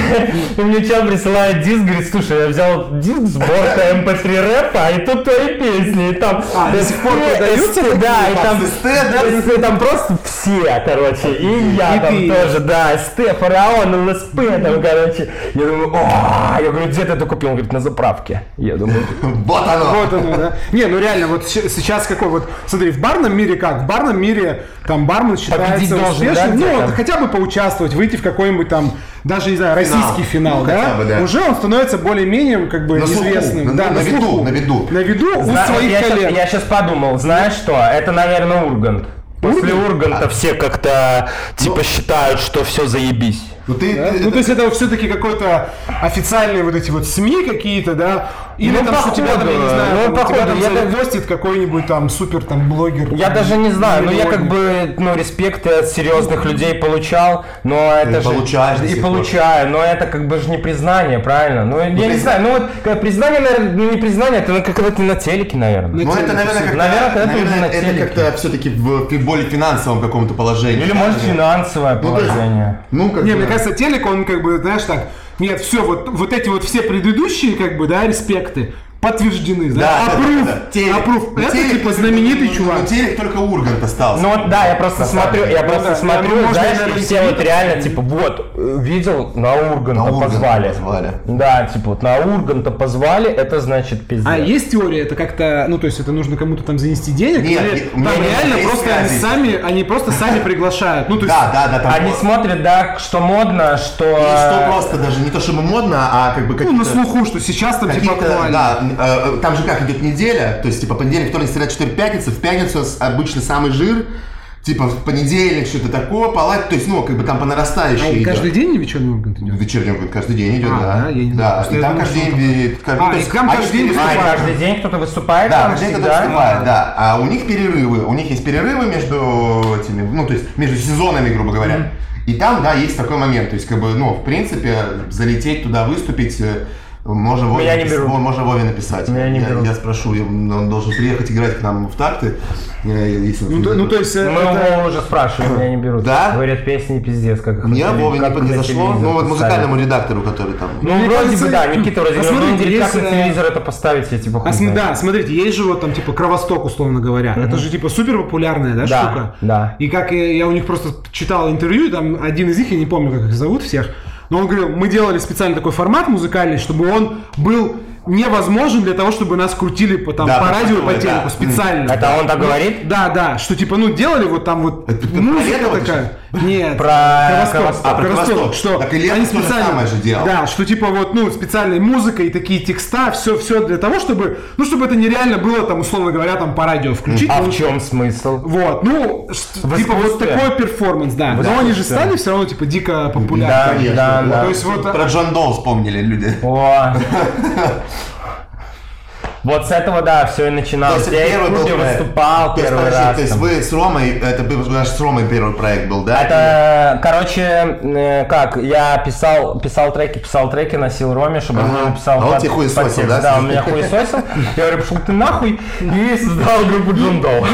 [SPEAKER 2] и мне чел присылает диск, говорит, слушай, я взял диск сборка MP3 рэпа, и тут твои песни, и там...
[SPEAKER 1] А, до сих пор
[SPEAKER 2] ST,
[SPEAKER 1] продаются
[SPEAKER 2] ST, Да, и там...
[SPEAKER 3] ST, да?
[SPEAKER 2] ST, там просто все, короче, и я
[SPEAKER 1] И
[SPEAKER 2] там
[SPEAKER 1] ты.
[SPEAKER 2] тоже, да, СТ, Фараон, ЛСП, там, короче. Я думаю, о, я говорю, где ты это купил? Он говорит, на заправке. Я думаю,
[SPEAKER 3] Вот оно!
[SPEAKER 1] Вот оно, да. Не, ну реально, вот щ- сейчас какой вот, смотри, в барном мире как? В барном мире там бармен
[SPEAKER 2] Победить
[SPEAKER 1] считается
[SPEAKER 2] должен, да,
[SPEAKER 1] успешным,
[SPEAKER 2] где-то?
[SPEAKER 1] ну, хотя бы поучаствовать, выйти в какой-нибудь там, даже, не знаю, российский финал,
[SPEAKER 3] Ну,
[SPEAKER 1] да?
[SPEAKER 3] хотя бы, да.
[SPEAKER 1] Уже он становится более-менее как бы
[SPEAKER 3] На слуху,
[SPEAKER 1] известным.
[SPEAKER 3] на-
[SPEAKER 1] да,
[SPEAKER 3] на виду,
[SPEAKER 1] слуху.
[SPEAKER 3] на виду.
[SPEAKER 1] На виду у
[SPEAKER 2] Зна-
[SPEAKER 1] своих
[SPEAKER 2] я щас-
[SPEAKER 1] коллег.
[SPEAKER 2] я сейчас подумал, знаешь что, это, наверное, Ургант. После
[SPEAKER 1] А.
[SPEAKER 2] Урганта все как-то типа считают, что все заебись.
[SPEAKER 3] Ну ты...
[SPEAKER 1] Да?
[SPEAKER 3] ты-
[SPEAKER 1] Ну, то есть это все-таки какой-то официальные вот эти вот СМИ какие-то, да? Или
[SPEAKER 2] Ну,
[SPEAKER 1] там что у тебя там, я не
[SPEAKER 2] походу,
[SPEAKER 1] знаю,
[SPEAKER 2] ну,
[SPEAKER 1] там, у тебя
[SPEAKER 2] походу,
[SPEAKER 1] там
[SPEAKER 2] я даже-
[SPEAKER 1] загвоздит какой-нибудь там супер там блогер.
[SPEAKER 2] Я
[SPEAKER 1] там,
[SPEAKER 2] даже не знаю, но я
[SPEAKER 1] миллионник.
[SPEAKER 2] как бы ну, респект от серьезных людей получал, но это же...
[SPEAKER 3] Ну. получаешь до
[SPEAKER 2] И
[SPEAKER 3] сих пор.
[SPEAKER 2] получаю, но это как бы же не признание, правильно? Ну, я не
[SPEAKER 3] призна-
[SPEAKER 2] знаю, ну вот как признание, наверное, ну не признание, это ну, как это на телеке,
[SPEAKER 1] Ну,
[SPEAKER 2] наверное.
[SPEAKER 3] Ну это,
[SPEAKER 1] Телек,
[SPEAKER 3] наверное, как-то...
[SPEAKER 1] слушай,
[SPEAKER 2] наверное, это уже на
[SPEAKER 3] это
[SPEAKER 2] телеке.
[SPEAKER 3] как-то все-таки в фи- более финансовом каком-то положении.
[SPEAKER 2] Или, может, финансовое
[SPEAKER 3] Ну, то есть,
[SPEAKER 2] положение.
[SPEAKER 3] Ну, как
[SPEAKER 1] Не,
[SPEAKER 3] бы-
[SPEAKER 1] мне кажется, телек, он как бы, знаешь, так, нет, все, вот, вот эти вот все предыдущие, как бы, да, респекты подтверждены, да,
[SPEAKER 3] Да, да,
[SPEAKER 1] Аппрув,
[SPEAKER 3] да, да. Телек.
[SPEAKER 1] аппрув.
[SPEAKER 3] Ну,
[SPEAKER 1] это
[SPEAKER 3] телек-
[SPEAKER 1] типа знаменитый
[SPEAKER 3] ну,
[SPEAKER 1] чувак.
[SPEAKER 3] Ну, телек только Ургант остался.
[SPEAKER 2] Ну вот да, я просто смотрю, я просто
[SPEAKER 1] да,
[SPEAKER 2] смотрю,
[SPEAKER 1] ну, можно,
[SPEAKER 2] знаешь, и
[SPEAKER 1] наверное,
[SPEAKER 2] все вот
[SPEAKER 1] скидывать.
[SPEAKER 2] реально, типа, вот, э, видел, на Урганта
[SPEAKER 3] На Урганта
[SPEAKER 2] позвали.
[SPEAKER 3] позвали.
[SPEAKER 2] Да, типа, вот на Урганта позвали, это значит пиздец.
[SPEAKER 1] а есть теория, это как-то, ну то есть это нужно кому-то там занести денег,
[SPEAKER 3] Нет,
[SPEAKER 1] или
[SPEAKER 3] у меня
[SPEAKER 1] там
[SPEAKER 3] нет
[SPEAKER 1] реально
[SPEAKER 3] таких
[SPEAKER 1] просто они
[SPEAKER 3] связей.
[SPEAKER 1] сами, они просто сами приглашают, ну то есть,
[SPEAKER 3] Да, да, да, там
[SPEAKER 2] Они э,
[SPEAKER 3] вот-
[SPEAKER 2] смотрят, да, что модно, что...
[SPEAKER 3] И что просто даже не то чтобы модно, а как бы
[SPEAKER 1] ну
[SPEAKER 3] какие-то...
[SPEAKER 1] на слуху, что сейчас там типа
[SPEAKER 3] какие-то,
[SPEAKER 1] актуально.
[SPEAKER 3] да, э, э, там же как идет неделя, то есть типа понедельник, вторник, среда, четверг, пятница, в пятницу с- обычно самый жир, типа в понедельник что-то такое, палать, то есть ну как бы там по нарастающей
[SPEAKER 1] А он
[SPEAKER 3] идет.
[SPEAKER 1] каждый день вечерний Ургант идет?
[SPEAKER 3] Вечернем говорит, каждый день идет,
[SPEAKER 1] А,
[SPEAKER 3] да.
[SPEAKER 1] да, я не знаю,
[SPEAKER 3] да.
[SPEAKER 1] просто
[SPEAKER 3] и
[SPEAKER 1] я
[SPEAKER 3] там
[SPEAKER 1] думал,
[SPEAKER 3] каждый
[SPEAKER 1] что
[SPEAKER 3] день... э, как-
[SPEAKER 1] А,
[SPEAKER 3] то
[SPEAKER 1] и
[SPEAKER 3] есть
[SPEAKER 1] там
[SPEAKER 3] они
[SPEAKER 1] каждый день
[SPEAKER 3] перерывают.
[SPEAKER 1] выступают.
[SPEAKER 2] Каждый день кто-то выступает,
[SPEAKER 3] Да,
[SPEAKER 2] там
[SPEAKER 3] каждый день кто-то
[SPEAKER 2] всегда.
[SPEAKER 3] выступает, да. А у них перерывы, у них есть перерывы между этими, ну то есть между сезонами, грубо говоря. И там, да, есть такой момент, то есть как бы, ну, в принципе, залететь туда, выступить, э, можно Вове,
[SPEAKER 2] Меня не
[SPEAKER 3] напис-
[SPEAKER 2] берут.
[SPEAKER 3] мо- можно Вове написать.
[SPEAKER 2] Меня не
[SPEAKER 3] я,
[SPEAKER 2] берут.
[SPEAKER 3] я спрошу, я- он должен приехать играть к нам в такты. Я- я- если он
[SPEAKER 1] Ну, то-
[SPEAKER 3] не
[SPEAKER 1] ну, то
[SPEAKER 3] захочет.
[SPEAKER 1] есть, э,
[SPEAKER 2] Мы
[SPEAKER 1] это-
[SPEAKER 2] его уже спрашивали, меня не берут.
[SPEAKER 3] Да?
[SPEAKER 2] Говорят, песни пиздец, как их
[SPEAKER 3] Мне
[SPEAKER 2] на теле-
[SPEAKER 3] Вове не
[SPEAKER 2] э, как на
[SPEAKER 3] подзашло, ну
[SPEAKER 2] телевизор
[SPEAKER 3] вот
[SPEAKER 2] поставили.
[SPEAKER 3] музыкальному редактору, который там.
[SPEAKER 2] Ну,
[SPEAKER 1] Мне
[SPEAKER 2] вроде
[SPEAKER 1] кажется,
[SPEAKER 2] бы, да, Никита вроде
[SPEAKER 1] а
[SPEAKER 2] говорил, ну, он
[SPEAKER 1] смотрите,
[SPEAKER 2] говорит, как
[SPEAKER 1] если,
[SPEAKER 2] на
[SPEAKER 1] э,
[SPEAKER 2] телевизор это поставить, я типа хуй
[SPEAKER 1] А см-
[SPEAKER 2] знает.
[SPEAKER 1] да, смотрите, есть же вот там типа Кровосток, условно говоря. Это же типа супер популярная, да,
[SPEAKER 2] Да,
[SPEAKER 1] штука?
[SPEAKER 2] да.
[SPEAKER 1] И как я, я у них просто читал интервью, там один из них, я не помню, как их зовут всех, но он говорил, мы делали специально такой формат музыкальный, чтобы он был невозможен для того, чтобы нас крутили по, там,
[SPEAKER 3] Да,
[SPEAKER 1] по
[SPEAKER 3] по
[SPEAKER 1] радио, по
[SPEAKER 3] такой,
[SPEAKER 1] телеку,
[SPEAKER 3] да.
[SPEAKER 1] специально. Ну,
[SPEAKER 2] Это он так говорит?
[SPEAKER 1] Да, да, что типа, ну, делали вот там вот
[SPEAKER 3] Это ты про
[SPEAKER 1] музыка
[SPEAKER 3] Летова
[SPEAKER 1] такая. Нет.
[SPEAKER 2] Про
[SPEAKER 1] Кровосток.
[SPEAKER 2] Кровосток.
[SPEAKER 3] А, про
[SPEAKER 1] Кровосток,
[SPEAKER 3] Кровосток.
[SPEAKER 1] Что
[SPEAKER 3] Так и Летов
[SPEAKER 1] они
[SPEAKER 3] то же
[SPEAKER 1] специально...
[SPEAKER 3] самое же делал.
[SPEAKER 1] Да, что типа вот, ну, специальная музыка и такие текста, все, все для того, чтобы, ну, чтобы это нереально было там, условно говоря, там по радио включить.
[SPEAKER 2] А
[SPEAKER 1] ну,
[SPEAKER 2] в чем смысл?
[SPEAKER 1] Вот, ну, ш-
[SPEAKER 2] В
[SPEAKER 1] типа вот
[SPEAKER 2] искусстве.
[SPEAKER 1] такой перформанс, да. Но они же стали все равно, типа, дико
[SPEAKER 2] Да,
[SPEAKER 1] популярны.
[SPEAKER 3] конечно.
[SPEAKER 2] да,
[SPEAKER 3] Вот, э,
[SPEAKER 2] да.
[SPEAKER 1] То есть вот... а,
[SPEAKER 3] Про Джон Доу вспомнили люди.
[SPEAKER 2] О. Вот с этого, да, все и начиналось.
[SPEAKER 3] То есть
[SPEAKER 2] Я и
[SPEAKER 3] первый
[SPEAKER 2] в
[SPEAKER 3] был
[SPEAKER 2] клубе
[SPEAKER 3] проект.
[SPEAKER 2] выступал
[SPEAKER 3] То есть,
[SPEAKER 2] первый
[SPEAKER 3] подожди,
[SPEAKER 2] раз.
[SPEAKER 3] то есть
[SPEAKER 2] там.
[SPEAKER 3] вы с Ромой, это был ваш с Ромой первый проект был, да?
[SPEAKER 2] Это, короче, э, как, я писал, писал треки, писал треки, носил Роме, чтобы он
[SPEAKER 3] Ага.
[SPEAKER 2] мне написал
[SPEAKER 3] А он тебе хуесосил,
[SPEAKER 2] текст.
[SPEAKER 3] да?
[SPEAKER 2] Да, он меня хуесосил. Я говорю, пошел ты нахуй, и создал группу Джон Доу.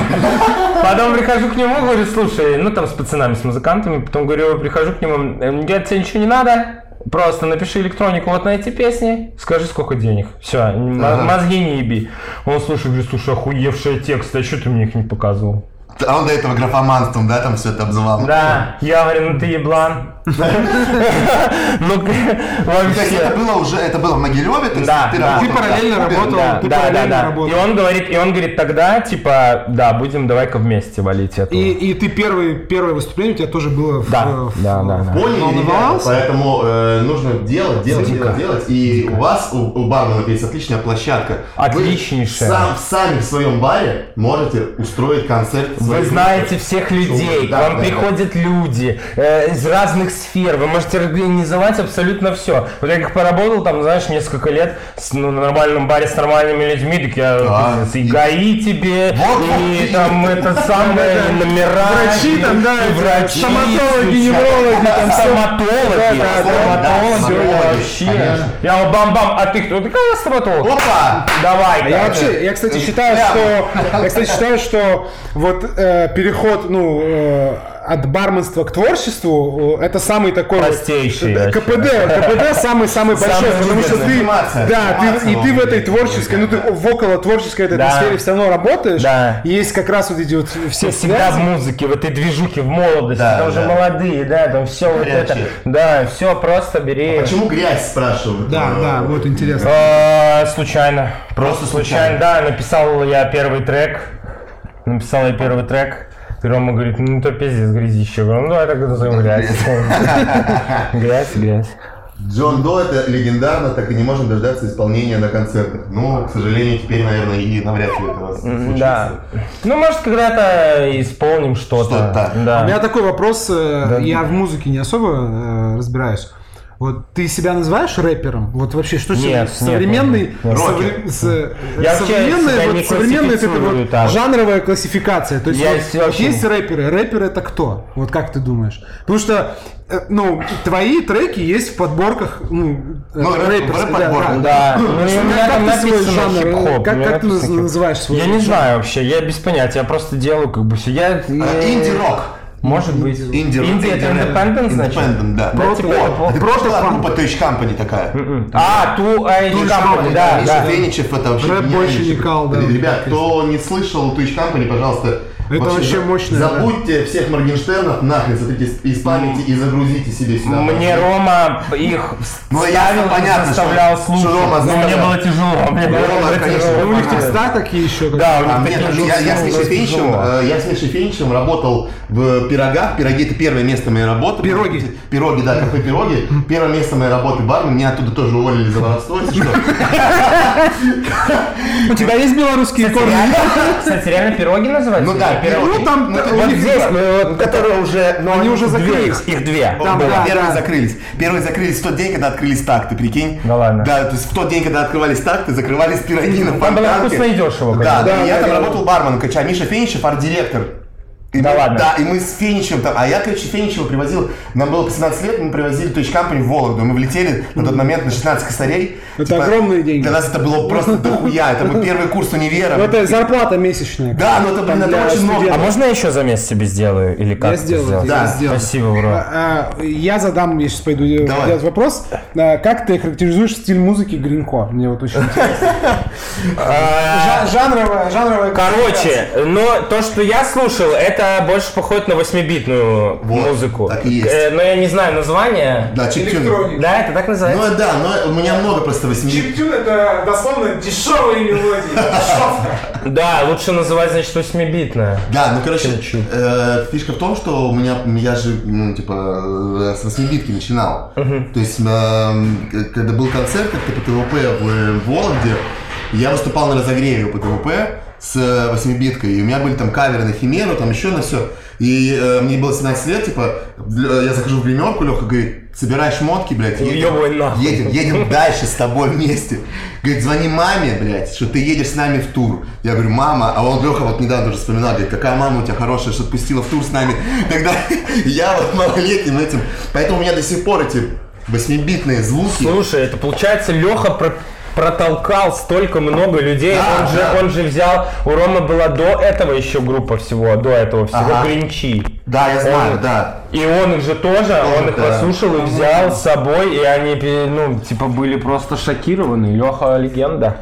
[SPEAKER 2] Потом прихожу к нему, говорю, слушай, ну там с пацанами, с музыкантами, потом говорю, прихожу к нему, э, я тебе ничего не надо, Просто напиши электронику вот на эти песни, скажи, сколько денег. Все,
[SPEAKER 3] Ага.
[SPEAKER 2] мозги не еби. Он слушает, говорит, слушай, охуевшие тексты, а что ты мне их не показывал?
[SPEAKER 3] А он до этого графоманством, да, там все это обзывал?
[SPEAKER 2] Да, я говорю, ну ты еблан. Ну, к-
[SPEAKER 3] Ну, То есть это
[SPEAKER 2] вообще.
[SPEAKER 3] было уже, это было в Могилеве, то есть
[SPEAKER 2] Да,
[SPEAKER 3] ты работал...
[SPEAKER 2] да.
[SPEAKER 1] Ты
[SPEAKER 3] да,
[SPEAKER 1] параллельно
[SPEAKER 3] в Кубе?
[SPEAKER 1] работал.
[SPEAKER 2] Да,
[SPEAKER 1] Ну, ты
[SPEAKER 2] да, да,
[SPEAKER 1] параллельно
[SPEAKER 2] да. И
[SPEAKER 1] работал.
[SPEAKER 2] он говорит, и он говорит тогда, типа, да, будем, давай-ка вместе валить это.
[SPEAKER 1] И, и ты первый, первое выступление у тебя тоже было в...
[SPEAKER 2] Да,
[SPEAKER 1] в-
[SPEAKER 2] да, да,
[SPEAKER 1] в-
[SPEAKER 2] да.
[SPEAKER 4] Поняли,
[SPEAKER 1] Но он
[SPEAKER 4] ребята?
[SPEAKER 1] волновался?
[SPEAKER 4] поэтому э, нужно делать, делать,
[SPEAKER 2] Дико.
[SPEAKER 4] делать, делать. И у вас, у, у барменов есть отличная площадка. Вы
[SPEAKER 2] Отличнейшая.
[SPEAKER 4] сам- сами в своем баре можете устроить концерт.
[SPEAKER 2] Вы
[SPEAKER 4] своей
[SPEAKER 2] знаете
[SPEAKER 4] группы.
[SPEAKER 2] всех людей, к
[SPEAKER 4] Да,
[SPEAKER 2] вам
[SPEAKER 4] да,
[SPEAKER 2] приходят люди э, из разных сфер, вы можете организовать абсолютно все. Вот я как поработал там, знаешь, несколько лет с, ну, на нормальном баре с нормальными людьми, так я
[SPEAKER 3] Да.
[SPEAKER 2] пиздец, и ГАИ тебе,
[SPEAKER 3] Вот,
[SPEAKER 2] и
[SPEAKER 3] вот.
[SPEAKER 2] там это самое, и номера,
[SPEAKER 1] Врачи
[SPEAKER 2] и-
[SPEAKER 1] там, да,
[SPEAKER 2] и
[SPEAKER 1] эти
[SPEAKER 2] врачи,
[SPEAKER 1] стоматологи,
[SPEAKER 2] всё.
[SPEAKER 1] неврологи, там всё. Да, да,
[SPEAKER 2] стоматологи,
[SPEAKER 3] да,
[SPEAKER 2] стоматологи,
[SPEAKER 3] стоматологи,
[SPEAKER 2] вообще.
[SPEAKER 3] конечно.
[SPEAKER 2] Я вот бам-бам, а ты кто? Ты какая стоматолог?
[SPEAKER 3] Опа!
[SPEAKER 2] Давай.
[SPEAKER 1] А я вообще, я, кстати, считаю, что, я, кстати, считаю, что вот э, переход, ну, э, от барменства к творчеству э, это самый такой
[SPEAKER 2] Простейший
[SPEAKER 1] Да,
[SPEAKER 2] вообще.
[SPEAKER 1] Э, КПД, КПД самый самый
[SPEAKER 2] Самый
[SPEAKER 1] большой, потому что ты
[SPEAKER 6] заниматься,
[SPEAKER 1] да,
[SPEAKER 6] заниматься
[SPEAKER 1] ты, и ты в
[SPEAKER 6] вам,
[SPEAKER 1] этой
[SPEAKER 6] блин,
[SPEAKER 1] творческой, ну ты в около творческой этой
[SPEAKER 2] Да.
[SPEAKER 1] атмосфере все равно работаешь.
[SPEAKER 2] Да.
[SPEAKER 1] И Есть как раз вот эти вот все
[SPEAKER 2] Все всегда в
[SPEAKER 1] связи.
[SPEAKER 2] музыке, в этой движухе, в молодости,
[SPEAKER 3] Да,
[SPEAKER 2] там уже
[SPEAKER 3] да.
[SPEAKER 2] молодые, да, там все вот это.
[SPEAKER 3] Горячие.
[SPEAKER 2] Да, все просто бери.
[SPEAKER 3] А Почему грязь, спрашивают?
[SPEAKER 1] Да,
[SPEAKER 3] Э,
[SPEAKER 1] да, вот интересно.
[SPEAKER 2] Э, Случайно.
[SPEAKER 3] Просто случайно.
[SPEAKER 2] Случайно, да, написал я первый трек. Написал я первый трек. И Рома говорит, ну то пиздец, грязище. Я говорю, ну давай так назовем грязь. Грязь, грязь.
[SPEAKER 3] Джон До это легендарно, так и не можем дождаться исполнения на концертах. Ну, к сожалению, теперь, наверное, и навряд ли это у вас
[SPEAKER 2] М,
[SPEAKER 3] случится.
[SPEAKER 2] Да. Ну, может, когда-то исполним что-то.
[SPEAKER 3] Что-то.
[SPEAKER 1] У меня
[SPEAKER 2] Да.
[SPEAKER 1] такой вопрос, э, я в музыке не особо э, разбираюсь. Вот ты себя называешь рэпером? Вот вообще, что
[SPEAKER 2] Нет,
[SPEAKER 1] тебе
[SPEAKER 2] нет,
[SPEAKER 1] современный,
[SPEAKER 2] нет.
[SPEAKER 1] совре- с-
[SPEAKER 2] Я вообще себя
[SPEAKER 1] современная, вот
[SPEAKER 2] не
[SPEAKER 1] современная это
[SPEAKER 2] классифицирую
[SPEAKER 1] вот
[SPEAKER 2] так.
[SPEAKER 1] жанровая классификация. То есть
[SPEAKER 2] Я
[SPEAKER 1] вот
[SPEAKER 2] себя вообще
[SPEAKER 1] есть
[SPEAKER 2] не-
[SPEAKER 1] рэперы, рэперы это кто? Вот как ты думаешь? Потому что э, ну твои треки есть в подборках, ну, э,
[SPEAKER 6] Ну, рэп-
[SPEAKER 1] рэперских,
[SPEAKER 6] рэп-подборка,
[SPEAKER 1] А
[SPEAKER 2] Да. Ну, и у меня
[SPEAKER 1] Как
[SPEAKER 2] там
[SPEAKER 1] ты свой
[SPEAKER 2] написано
[SPEAKER 1] жанр, э,
[SPEAKER 2] хип-хоп. у
[SPEAKER 1] как-
[SPEAKER 2] меня
[SPEAKER 1] как ты
[SPEAKER 2] написано хип-хоп.
[SPEAKER 1] называешь свой
[SPEAKER 2] Я не знаю вообще, я без понятия, я просто делаю как бы все. Я...
[SPEAKER 3] А,
[SPEAKER 6] Э, Инди-рок.
[SPEAKER 2] Может быть.
[SPEAKER 6] Инди-рок.
[SPEAKER 2] Инди это independent, значит?
[SPEAKER 6] Independent, да.
[SPEAKER 2] Да, типа, это
[SPEAKER 6] О,
[SPEAKER 2] плохо.
[SPEAKER 6] это была группа Touch Company такая.
[SPEAKER 2] М-м. А, ту Age
[SPEAKER 6] Touch
[SPEAKER 2] Company,
[SPEAKER 6] Company,
[SPEAKER 2] да,
[SPEAKER 6] Миша
[SPEAKER 2] да.
[SPEAKER 6] Феничев, это вообще
[SPEAKER 1] Рэп
[SPEAKER 6] гениальный
[SPEAKER 1] больше не
[SPEAKER 6] чувак.
[SPEAKER 1] кал, да.
[SPEAKER 3] Ребят, кто не слышал Twitch Company, пожалуйста,
[SPEAKER 1] Это вообще
[SPEAKER 3] за-
[SPEAKER 1] мощная, да.
[SPEAKER 3] Забудьте всех Моргенштернов, нахрен сотрите из памяти и загрузите себе сюда.
[SPEAKER 2] Мне Рома их
[SPEAKER 6] Ну, я-
[SPEAKER 2] ставил,
[SPEAKER 6] понятно, что-
[SPEAKER 2] заставлял
[SPEAKER 6] что
[SPEAKER 2] слушать.
[SPEAKER 6] Рома
[SPEAKER 2] но мне
[SPEAKER 6] заставлял.
[SPEAKER 2] было тяжело. Мне
[SPEAKER 6] Рома,
[SPEAKER 2] было
[SPEAKER 6] конечно,
[SPEAKER 2] тяжело.
[SPEAKER 1] Ну, У них
[SPEAKER 6] Понятно.
[SPEAKER 1] текста такие еще. как-
[SPEAKER 2] Да, у них
[SPEAKER 6] А,
[SPEAKER 2] такие
[SPEAKER 6] мне тоже-
[SPEAKER 2] жесткие
[SPEAKER 6] я- я с Мишей
[SPEAKER 2] было
[SPEAKER 6] Финичем,
[SPEAKER 2] тяжело.
[SPEAKER 3] Э, Я с Мишей Финичем работал в «Пирогах». «Пироги» — это первое место моей работы.
[SPEAKER 1] Пироги.
[SPEAKER 3] «Пироги», да, кафе «Пироги». Первое место моей работы бармен. Меня оттуда тоже уволили за воровство, если что.
[SPEAKER 1] У тебя есть белорусские корни?
[SPEAKER 2] Кстати, реально пироги называются?
[SPEAKER 3] Ну да,
[SPEAKER 2] Или пироги.
[SPEAKER 1] Ну там
[SPEAKER 6] Ну,
[SPEAKER 1] у
[SPEAKER 2] Вот
[SPEAKER 1] них-
[SPEAKER 2] здесь, ну, вот
[SPEAKER 6] Которые уже... ну,
[SPEAKER 1] они уже
[SPEAKER 2] две
[SPEAKER 1] закрылись.
[SPEAKER 2] их, их две.
[SPEAKER 1] Там,
[SPEAKER 2] было.
[SPEAKER 1] да.
[SPEAKER 6] Первые закрылись. Первые закрылись в тот день, когда открылись такты, прикинь.
[SPEAKER 2] Да ладно.
[SPEAKER 6] Да, то есть в тот день, когда открывались такты, закрывались пироги на
[SPEAKER 2] Там было
[SPEAKER 6] фонтанке.
[SPEAKER 2] вкусно и дешево,
[SPEAKER 6] Да, да,
[SPEAKER 2] конечно.
[SPEAKER 1] Да,
[SPEAKER 6] я
[SPEAKER 1] да,
[SPEAKER 6] там
[SPEAKER 1] да.
[SPEAKER 6] работал барменом, короче, а Миша Феничев арт-директор. И
[SPEAKER 2] Да
[SPEAKER 6] мы-
[SPEAKER 2] ладно.
[SPEAKER 6] Да, и мы с Феничем там, а я, короче, Феничева привозил, нам было 15 лет, мы привозили Touch Company в Вологду, мы влетели на тот момент на 16 косарей. Типа,
[SPEAKER 1] Это огромные деньги.
[SPEAKER 6] Для нас это было просто дохуя, это был первый курс универа.
[SPEAKER 1] Ну, это зарплата месячная.
[SPEAKER 6] Да, ну это, блин,
[SPEAKER 1] Там
[SPEAKER 6] это
[SPEAKER 1] для
[SPEAKER 6] очень много.
[SPEAKER 2] А
[SPEAKER 1] студентов.
[SPEAKER 2] можно я еще за месяц себе сделаю? Или как
[SPEAKER 1] Я
[SPEAKER 2] ты
[SPEAKER 1] сделаю,
[SPEAKER 2] сделал?
[SPEAKER 1] я
[SPEAKER 6] Да.
[SPEAKER 1] сделаю.
[SPEAKER 2] Спасибо, бро.
[SPEAKER 1] А, а, Я задам, я сейчас пойду э,
[SPEAKER 6] Давай.
[SPEAKER 1] делать вопрос. А, Как ты характеризуешь стиль музыки Гринко? Мне вот очень интересно.
[SPEAKER 2] А,
[SPEAKER 1] Жа- Жанровая, жанровая.
[SPEAKER 2] Короче, но то, что я слушал, это больше походит на 8-битную музыку.
[SPEAKER 3] так и есть.
[SPEAKER 2] Э, но я не знаю название.
[SPEAKER 3] Да, чиптюн.
[SPEAKER 2] Да, это так
[SPEAKER 3] Ну
[SPEAKER 2] называется?
[SPEAKER 3] да, но у меня много просто 80
[SPEAKER 7] Чиптюн это дословно дешевые мелодии. Дешевка.
[SPEAKER 2] Да, лучше называть, значит, 8-битная.
[SPEAKER 3] Да, ну короче, э, фишка в том, что у меня, я же, ну, типа, э, с восьмибитки начинал. То есть, эм, к- когда был концерт как-то по ТВП в, э, Вологде, я выступал на разогреве по ТВП с э, восьмибиткой, и у меня были там каверы на Химеру, там еще на все. И э, мне было 17 лет, типа, л- э, я захожу в гримерку, Леха говорит, собирай шмотки, блядь,
[SPEAKER 2] Ну, ебай нахуй.
[SPEAKER 3] едем, едем дальше с тобой вместе. Говорит, звони маме, блядь, что ты едешь с нами в тур. Я говорю, мама, а он Леха вот недавно тоже вспоминал, говорит, какая мама у тебя хорошая, что отпустила в тур с нами. Тогда я вот малолетним этим. Поэтому у меня до сих пор эти восьмибитные звуки.
[SPEAKER 2] Слушай, это получается Леха протолкал столько много людей.
[SPEAKER 3] Да,
[SPEAKER 2] он, же,
[SPEAKER 3] да.
[SPEAKER 2] он же взял, у Ромы была до этого еще группа всего, до этого всего,
[SPEAKER 3] Ага.
[SPEAKER 2] Гринчи.
[SPEAKER 3] Да, я знаю,
[SPEAKER 2] Он-
[SPEAKER 3] да.
[SPEAKER 2] И он их же тоже, он их
[SPEAKER 3] да.
[SPEAKER 2] послушал и взял с собой, и они, пере- ну, типа, были просто шокированы. Леха легенда.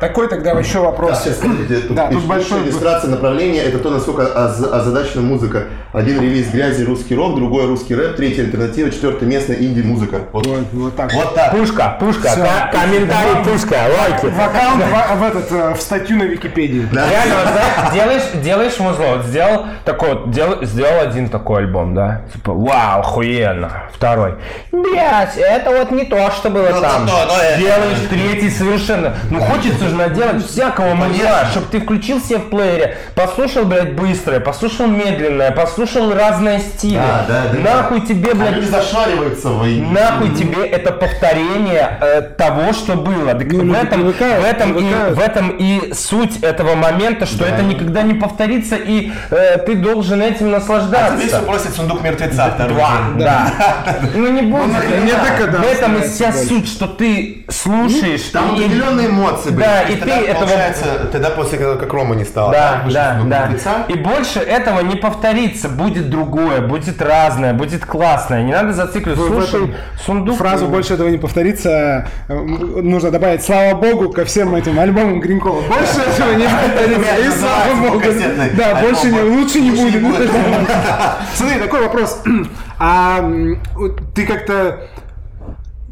[SPEAKER 1] Такой тогда
[SPEAKER 3] Да,
[SPEAKER 1] еще вопрос.
[SPEAKER 3] сейчас, смотрите, тут,
[SPEAKER 1] Да, тут
[SPEAKER 3] пишут,
[SPEAKER 1] большой-
[SPEAKER 3] иллюстрация направления это то, насколько оз- озадачена музыка. Один релиз грязи русский рок, другой русский рэп, третий альтернатива, четвертое местная инди-музыка. Вот,
[SPEAKER 1] Вот вот так.
[SPEAKER 3] вот так.
[SPEAKER 2] Пушка, пушка,
[SPEAKER 1] Всё.
[SPEAKER 2] ко- комментарий, пушка, лайки.
[SPEAKER 1] В аккаунт, в, в этот, э, в статью на Википедии.
[SPEAKER 2] Реально, вот знаешь, делаешь, делаешь музло, вот сделал такой вот, дел- сделал один такой альбом, да, типа, вау, охуенно, второй, блять, это вот не то, что было там,
[SPEAKER 3] Ну, то, но это.
[SPEAKER 2] делаешь третий совершенно, ну хочется же наделать всякого музла,
[SPEAKER 3] Ну, Конечно.
[SPEAKER 2] чтобы ты включил себе в плеере, послушал, блядь, быстрое, послушал медленное, послушал разные стили,
[SPEAKER 4] А,
[SPEAKER 3] Да, да, да.
[SPEAKER 2] нахуй тебе,
[SPEAKER 3] А
[SPEAKER 2] блядь,
[SPEAKER 3] люди зашариваются в
[SPEAKER 2] Нахуй тебе это повторение э, того, что было. Так в,
[SPEAKER 1] Ну, люди
[SPEAKER 2] этом, в,
[SPEAKER 1] привыкают,
[SPEAKER 2] этом и,
[SPEAKER 1] привыкают.
[SPEAKER 2] в этом и суть этого момента, что это никогда не повторится, и э, ты должен этим
[SPEAKER 3] А
[SPEAKER 6] Здесь
[SPEAKER 2] наслаждаться.
[SPEAKER 6] все просит сундук мертвеца второй.
[SPEAKER 2] Два, да. Ну не будет.
[SPEAKER 1] мне
[SPEAKER 2] да.
[SPEAKER 1] так и да,
[SPEAKER 2] В этом и
[SPEAKER 1] нравится
[SPEAKER 2] вся
[SPEAKER 1] больше.
[SPEAKER 2] суть, что ты слушаешь.
[SPEAKER 3] Там
[SPEAKER 2] и-
[SPEAKER 3] определенные эмоции были.
[SPEAKER 2] да, и ты
[SPEAKER 3] тогда,
[SPEAKER 2] этого...
[SPEAKER 3] Получается, тогда после того, как Рома не стало,
[SPEAKER 2] Да,
[SPEAKER 3] Вышел
[SPEAKER 2] да,
[SPEAKER 3] из
[SPEAKER 2] да.
[SPEAKER 3] мертвеца.
[SPEAKER 2] И больше этого не повторится. Будет другое, будет разное, будет классное. Не надо зацикливаться.
[SPEAKER 1] Вы в
[SPEAKER 2] Слушай,
[SPEAKER 1] этом
[SPEAKER 2] сундук...
[SPEAKER 1] Фразу больше этого не повторится. э, м, Нужно добавить слава богу ко всем этим альбомам Гринкова. Больше этого не повторится. И слава богу.
[SPEAKER 3] кассетный
[SPEAKER 1] Да,
[SPEAKER 3] альбом
[SPEAKER 1] больше не
[SPEAKER 3] будет.
[SPEAKER 1] лучше не
[SPEAKER 3] Лучше не будет.
[SPEAKER 1] будет. Смотри, такой вопрос. А м, вот ты как-то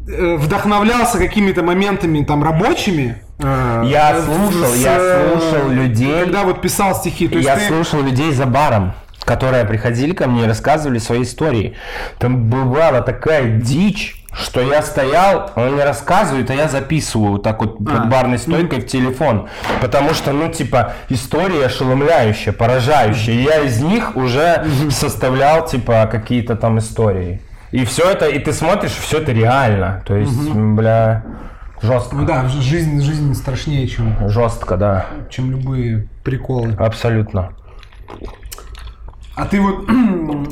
[SPEAKER 1] э, вдохновлялся какими-то моментами там рабочими? э,
[SPEAKER 2] Я
[SPEAKER 1] э,
[SPEAKER 2] слушал,
[SPEAKER 1] с,
[SPEAKER 2] я
[SPEAKER 1] э,
[SPEAKER 2] слушал людей.
[SPEAKER 1] Когда вот писал стихи, то есть
[SPEAKER 2] я
[SPEAKER 1] ты-
[SPEAKER 2] слушал людей за баром, которые приходили ко мне и рассказывали свои истории. Там бывала такая дичь, что я стоял, он мне рассказывает, а я записываю вот так вот
[SPEAKER 1] А,
[SPEAKER 2] под
[SPEAKER 1] ну.
[SPEAKER 2] барной стойкой в телефон. Потому что, ну, типа, история ошеломляющая, поражающая. И я из них уже составлял, типа, какие-то там истории. И все это, и ты смотришь, все это реально. То есть, м, бля,
[SPEAKER 1] Ну
[SPEAKER 2] жестко.
[SPEAKER 1] да, ж- жизнь, жизнь страшнее, чем,
[SPEAKER 2] Жестко, да.
[SPEAKER 1] чем любые приколы.
[SPEAKER 2] Абсолютно.
[SPEAKER 1] А ты вот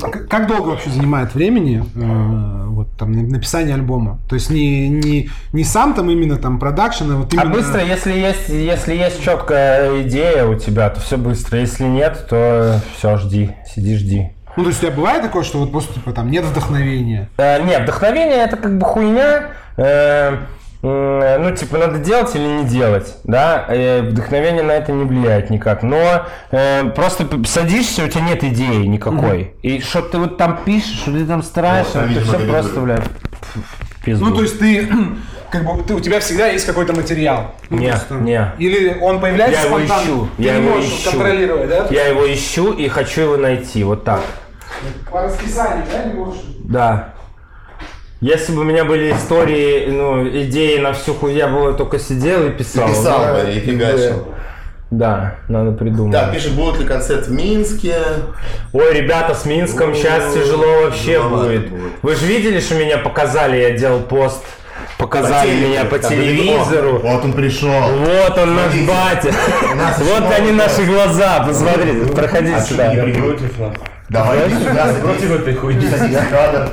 [SPEAKER 1] к- как долго вообще занимает времени э, вот там на- написание альбома? То есть не не не сам там именно там продакшн, а вот
[SPEAKER 2] А
[SPEAKER 1] именно.
[SPEAKER 2] быстро, если есть, если есть четкая идея у тебя, то все быстро. Если нет, то все, жди, сиди, жди.
[SPEAKER 1] Ну то есть у тебя бывает такое, что вот просто типа там нет вдохновения.
[SPEAKER 2] Э, не, вдохновение это как бы хуйня. Э, м, ну, типа, надо делать или не делать, да, Э, вдохновение на это не влияет никак, но э, просто п- садишься, у тебя нет идеи никакой, и что ты вот там пишешь, что ты там стараешься,
[SPEAKER 3] Вот,
[SPEAKER 2] это
[SPEAKER 3] видимо,
[SPEAKER 2] все
[SPEAKER 3] коридоры.
[SPEAKER 2] просто, блядь, в пизду.
[SPEAKER 1] Ну то есть ты как бы ты, у тебя всегда есть какой-то материал. Ну,
[SPEAKER 2] Не,
[SPEAKER 1] то есть, там,
[SPEAKER 2] не.
[SPEAKER 1] Или он появляется
[SPEAKER 2] Я его
[SPEAKER 1] спонтанно.
[SPEAKER 2] ищу,
[SPEAKER 1] Ты
[SPEAKER 2] я
[SPEAKER 1] не
[SPEAKER 2] его
[SPEAKER 1] можешь
[SPEAKER 2] ищу.
[SPEAKER 1] контролировать, да?
[SPEAKER 2] Я его ищу и хочу его найти, вот так.
[SPEAKER 1] По расписанию, да, не можешь.
[SPEAKER 2] Да. Если бы у меня были истории, ну, идеи на всю хуй, я бы только сидел и писал.
[SPEAKER 4] Писал
[SPEAKER 2] Да,
[SPEAKER 4] бы и фигачил.
[SPEAKER 2] Да, надо придумать.
[SPEAKER 4] Так, пишет, будет ли концерт в Минске?
[SPEAKER 2] Ой, ребята, с Минском сейчас тяжело вообще
[SPEAKER 4] тяжеловато
[SPEAKER 2] будет.
[SPEAKER 4] будет.
[SPEAKER 2] Вы же видели, что меня показали, я делал пост. Показали
[SPEAKER 4] По
[SPEAKER 2] меня по
[SPEAKER 4] телеку, там,
[SPEAKER 2] телевизору.
[SPEAKER 4] Вот он пришел.
[SPEAKER 2] Вот он наш батя. Вот они наши А глаза. Посмотрите,
[SPEAKER 4] А
[SPEAKER 2] проходите сюда.
[SPEAKER 8] Против нас.
[SPEAKER 4] Давай, иди сюда,
[SPEAKER 8] Против этой хуйни.
[SPEAKER 4] садись в кадр.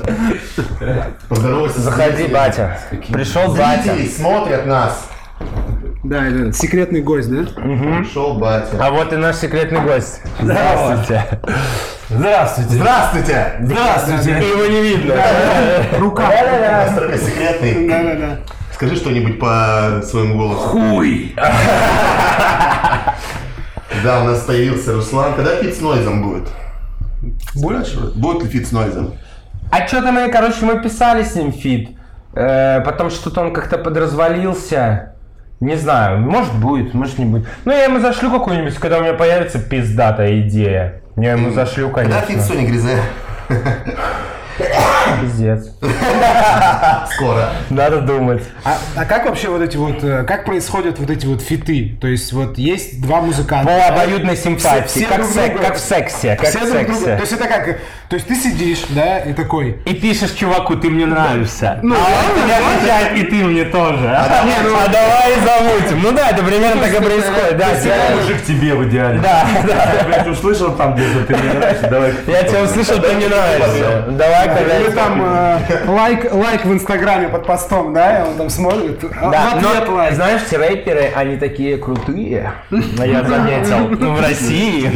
[SPEAKER 4] Поздоровайся.
[SPEAKER 2] Заходи, батя. Пришел батя.
[SPEAKER 4] Зрители смотрят нас.
[SPEAKER 1] Да, это секретный гость, да?
[SPEAKER 4] Пришел батя.
[SPEAKER 2] А вот и наш секретный гость. Здравствуйте.
[SPEAKER 8] Здравствуйте.
[SPEAKER 4] Здравствуйте!
[SPEAKER 2] Здравствуйте. Его не видно.
[SPEAKER 1] Рука.
[SPEAKER 4] Настолько секретный.
[SPEAKER 1] Да, да, да.
[SPEAKER 4] Скажи что-нибудь по э, своему голосу.
[SPEAKER 8] Хуй.
[SPEAKER 4] Да, у нас появился Руслан. Когда фит с нойзом будет? Спрашивают, Будет ли фит с нойзом?
[SPEAKER 2] А что-то мы, короче, мы писали с ним фит. Э, потом что-то он как-то подразвалился. Не знаю, может будет, может не будет. Ну, я ему зашлю какую-нибудь, когда у меня появится пиздатая идея. Я ему зашлю,
[SPEAKER 4] Когда фит с
[SPEAKER 2] конечно.
[SPEAKER 4] Сони Гризе?
[SPEAKER 2] Пиздец.
[SPEAKER 4] Скоро.
[SPEAKER 2] Надо думать.
[SPEAKER 1] А, а как вообще вот эти вот, э, как происходят вот эти вот фиты? То есть вот есть два музыканта.
[SPEAKER 2] По обоюдной симпатии.
[SPEAKER 1] Э, все
[SPEAKER 2] Как,
[SPEAKER 1] друг
[SPEAKER 2] сек-
[SPEAKER 1] друга.
[SPEAKER 2] как в сексе. Как
[SPEAKER 1] Все
[SPEAKER 2] в
[SPEAKER 1] друг друга-
[SPEAKER 2] сексе.
[SPEAKER 1] То есть это как, то есть ты сидишь, да, и такой.
[SPEAKER 2] И пишешь чуваку, ты мне нравишься.
[SPEAKER 1] Ну,
[SPEAKER 2] а
[SPEAKER 1] ладно,
[SPEAKER 2] он тебе
[SPEAKER 1] ладно.
[SPEAKER 2] отвечает, и ты мне тоже. А,
[SPEAKER 8] ну,
[SPEAKER 2] давай замутим. Ну да, это примерно так и происходит. Да,
[SPEAKER 8] Я
[SPEAKER 2] типа,
[SPEAKER 8] мужик тебе в идеале.
[SPEAKER 2] да, да.
[SPEAKER 8] Я, блядь, услышал там где-то, ты мне нравишься, давай.
[SPEAKER 2] Я тебя услышал, ты мне нравишься. Давай, когда
[SPEAKER 1] Или там э, лайк, лайк в Инстаграме под постом, да, и он там смотрит. а
[SPEAKER 2] Да,
[SPEAKER 1] в ответ
[SPEAKER 2] но,
[SPEAKER 1] лайк.
[SPEAKER 2] знаешь, все рэперы, они такие крутые. Я заметил. Ну, в России. И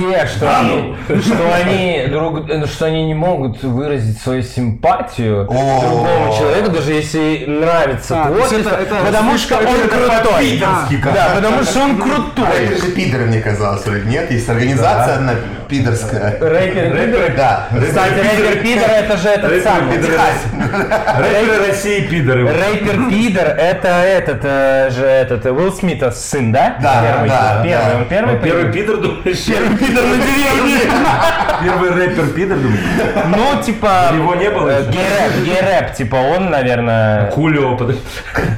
[SPEAKER 2] Везде, что
[SPEAKER 1] А,
[SPEAKER 2] они,
[SPEAKER 1] ну.
[SPEAKER 2] что они друг, э, что они не могут выразить свою симпатию другому человеку, даже если нравится
[SPEAKER 1] А, то есть
[SPEAKER 2] творчество,
[SPEAKER 1] это- это
[SPEAKER 2] потому что
[SPEAKER 1] слишком-
[SPEAKER 2] он
[SPEAKER 1] это
[SPEAKER 2] крутой.
[SPEAKER 1] по-питерски
[SPEAKER 2] Да, потому что он
[SPEAKER 4] А
[SPEAKER 2] крутой.
[SPEAKER 4] это же пидоры, мне казалось, вроде нет? Есть организация одна пидорская.
[SPEAKER 2] Рэпер, Питер.
[SPEAKER 4] Да.
[SPEAKER 2] Кстати, рэпер Питер это же этот
[SPEAKER 8] Рэпер
[SPEAKER 2] самый.
[SPEAKER 8] Питер. Рэперы России пидоры.
[SPEAKER 2] Рэпер Пидор, это этот э, же этот э, Уилл Смита сын, да?
[SPEAKER 4] Да,
[SPEAKER 2] первый,
[SPEAKER 4] да, Ну,
[SPEAKER 2] первый,
[SPEAKER 4] да.
[SPEAKER 2] он первый.
[SPEAKER 8] Первый
[SPEAKER 2] появился?
[SPEAKER 8] пидор, думаешь?
[SPEAKER 2] Пидор на деревне.
[SPEAKER 8] Первый рэпер пидор, думаешь?
[SPEAKER 2] Ну, типа...
[SPEAKER 8] Его не было
[SPEAKER 2] э,
[SPEAKER 8] еще.
[SPEAKER 2] Гей-рэп, гей-рэп, типа он, наверное...
[SPEAKER 8] Хулио, подожди.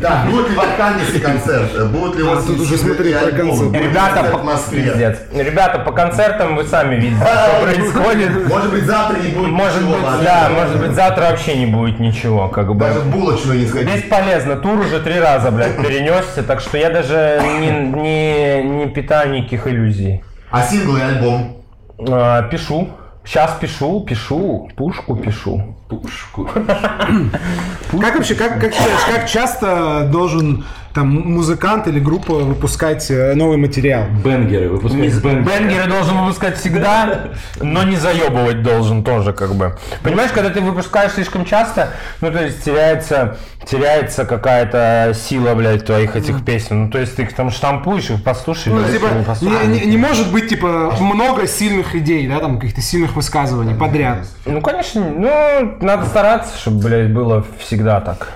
[SPEAKER 4] Да, будет ли в Арканисе концерт? Э, Будет ли у вас
[SPEAKER 1] тут уже смотри, про концерт.
[SPEAKER 2] Ребята,
[SPEAKER 4] в
[SPEAKER 2] по...
[SPEAKER 4] Москве?
[SPEAKER 2] Пиздец. Ребята, по концертам вы сами видите, что происходит.
[SPEAKER 4] Может быть, завтра не будет
[SPEAKER 2] Может
[SPEAKER 4] ничего,
[SPEAKER 2] быть,
[SPEAKER 4] ладно?
[SPEAKER 2] да, может быть, завтра вообще не будет ничего, как бы.
[SPEAKER 4] Даже в булочную не сходить.
[SPEAKER 2] Бесполезно, тур уже три раза, блядь, перенесся, так что я даже не, не, не питаю никаких иллюзий.
[SPEAKER 4] А сингл и альбом?
[SPEAKER 2] А, пишу. Сейчас пишу, пишу, пушку пишу.
[SPEAKER 8] Пуш,
[SPEAKER 1] Как вообще, как, как считаешь, как часто должен там музыкант или группа выпускать э, новый материал?
[SPEAKER 8] Бенгеры, выпускают бенгеры.
[SPEAKER 2] Бенгеры должен выпускать всегда, но не заебывать должен тоже, как бы. Понимаешь, когда ты выпускаешь слишком часто, ну, то есть теряется, теряется какая-то сила, блядь, твоих этих песен. Ну, то есть ты их там штампуешь и послушай,
[SPEAKER 1] Ну,
[SPEAKER 2] блядь,
[SPEAKER 1] типа,
[SPEAKER 2] не послушай.
[SPEAKER 1] не, не- не может быть, типа, много сильных идей, да, там, каких-то сильных высказываний подряд.
[SPEAKER 2] Ну, конечно, ну, надо стараться, чтобы, блядь, было всегда так.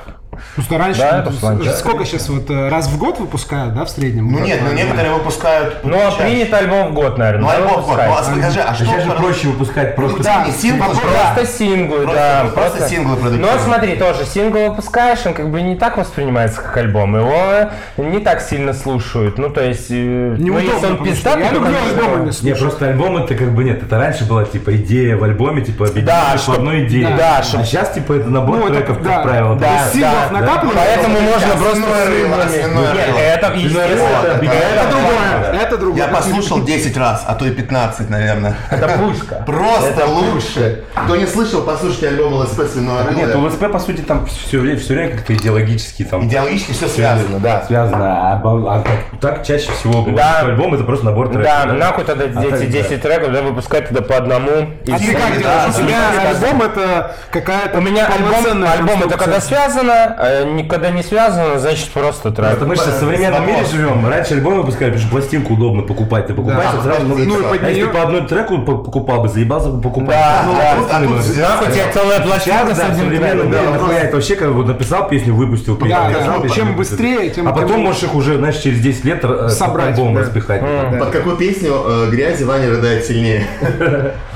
[SPEAKER 1] Просто раньше,
[SPEAKER 2] Да,
[SPEAKER 1] ну,
[SPEAKER 2] это
[SPEAKER 1] там,
[SPEAKER 2] сланчак.
[SPEAKER 1] с- сколько сейчас, вот, э, раз в год выпускают, да, в среднем?
[SPEAKER 3] Ну нет, ну некоторые выпускают...
[SPEAKER 2] Ну, а принято альбом в год, наверное.
[SPEAKER 3] Ну,
[SPEAKER 2] да,
[SPEAKER 3] альбом, вот,
[SPEAKER 2] выпускать?
[SPEAKER 3] ну, а скажи, а что...
[SPEAKER 8] Сейчас же
[SPEAKER 3] про-
[SPEAKER 8] проще выпускать просто...
[SPEAKER 3] Да, не синглы, да.
[SPEAKER 2] Просто синглы,
[SPEAKER 3] Просто-
[SPEAKER 2] да.
[SPEAKER 3] просто синглы продуктивные.
[SPEAKER 2] Но смотри, тоже сингл выпускаешь, он как бы не так воспринимается, как альбом. Его не так сильно слушают. Ну, то есть... Неудобно,
[SPEAKER 1] Неудобно,
[SPEAKER 2] если он
[SPEAKER 1] потому что
[SPEAKER 2] пиздатый,
[SPEAKER 1] я
[SPEAKER 2] то,
[SPEAKER 1] люблю
[SPEAKER 2] конечно,
[SPEAKER 1] альбомы не
[SPEAKER 8] Не,
[SPEAKER 1] слушать.
[SPEAKER 8] просто альбом это как бы нет, это раньше была типа идея в альбоме, типа
[SPEAKER 2] Да,
[SPEAKER 8] объединить в
[SPEAKER 2] чтоб-
[SPEAKER 8] одну идею.
[SPEAKER 2] да, чтоб-
[SPEAKER 8] А сейчас типа это набор
[SPEAKER 1] Ну, это-
[SPEAKER 8] треков,
[SPEAKER 1] да,
[SPEAKER 8] как правило.
[SPEAKER 1] да,
[SPEAKER 8] То есть
[SPEAKER 1] синглов накапливается,
[SPEAKER 2] Поэтому можно
[SPEAKER 3] Сейчас
[SPEAKER 2] просто...
[SPEAKER 3] свиное рыло,
[SPEAKER 2] синглами-
[SPEAKER 3] свиное
[SPEAKER 2] Нет,
[SPEAKER 3] рыло.
[SPEAKER 2] это
[SPEAKER 8] Свиное рыло,
[SPEAKER 2] естественно.
[SPEAKER 8] это-
[SPEAKER 1] Это другое, это другое.
[SPEAKER 3] Я послушал 10 раз, а то и 15, наверное.
[SPEAKER 2] Это пушка.
[SPEAKER 3] Просто
[SPEAKER 4] Лучше. Кто не слышал, послушайте альбом ЛСП «Свиное рыло».
[SPEAKER 8] Нет, у ВСП по сути там все время, все время как-то идеологически там
[SPEAKER 3] Идеологически все связано, да.
[SPEAKER 8] связано, а, бо- а так, так чаще всего бывает,
[SPEAKER 2] Да.
[SPEAKER 8] что альбом это просто набор треков.
[SPEAKER 2] Да, нахуй тогда
[SPEAKER 8] А
[SPEAKER 2] эти
[SPEAKER 8] так,
[SPEAKER 2] 10 треков, да, выпускать тогда по одному. И
[SPEAKER 1] А ты
[SPEAKER 2] всё.
[SPEAKER 1] как делаешь? У тебя альбом это какая-то
[SPEAKER 2] У меня альбом,
[SPEAKER 1] полноценная
[SPEAKER 2] альбом это когда
[SPEAKER 1] конструкция.
[SPEAKER 2] связано, а никогда не связано, значит просто трек.
[SPEAKER 8] Это мы сейчас в современном мире живем. Раньше альбомы выпускали, потому что пластинку удобно покупать. Ты покупаешь, а сразу много.
[SPEAKER 1] Ну и под
[SPEAKER 8] А если
[SPEAKER 1] неё-
[SPEAKER 8] ты по одной треку по- покупал бы, заебался бы покупать.
[SPEAKER 2] Да,
[SPEAKER 8] Ну,
[SPEAKER 2] да.
[SPEAKER 8] вот, а тут
[SPEAKER 2] Да, Нахуй тебе целая площадка
[SPEAKER 8] Сейчас,
[SPEAKER 2] с
[SPEAKER 8] да, в
[SPEAKER 2] одним треком.
[SPEAKER 8] современном мире нахуя это вообще как бы написал песню, выпустил песню.
[SPEAKER 1] Да,
[SPEAKER 8] написал
[SPEAKER 1] да,
[SPEAKER 8] песню,
[SPEAKER 1] чем
[SPEAKER 8] выпустил.
[SPEAKER 1] быстрее, тем
[SPEAKER 8] А потом
[SPEAKER 1] тем-
[SPEAKER 8] можешь их уже, знаешь, через 10 лет э,
[SPEAKER 1] Собрать,
[SPEAKER 8] альбом
[SPEAKER 1] да.
[SPEAKER 8] распихать.
[SPEAKER 4] Под какую песню э, грязи Ваня рыдает сильнее?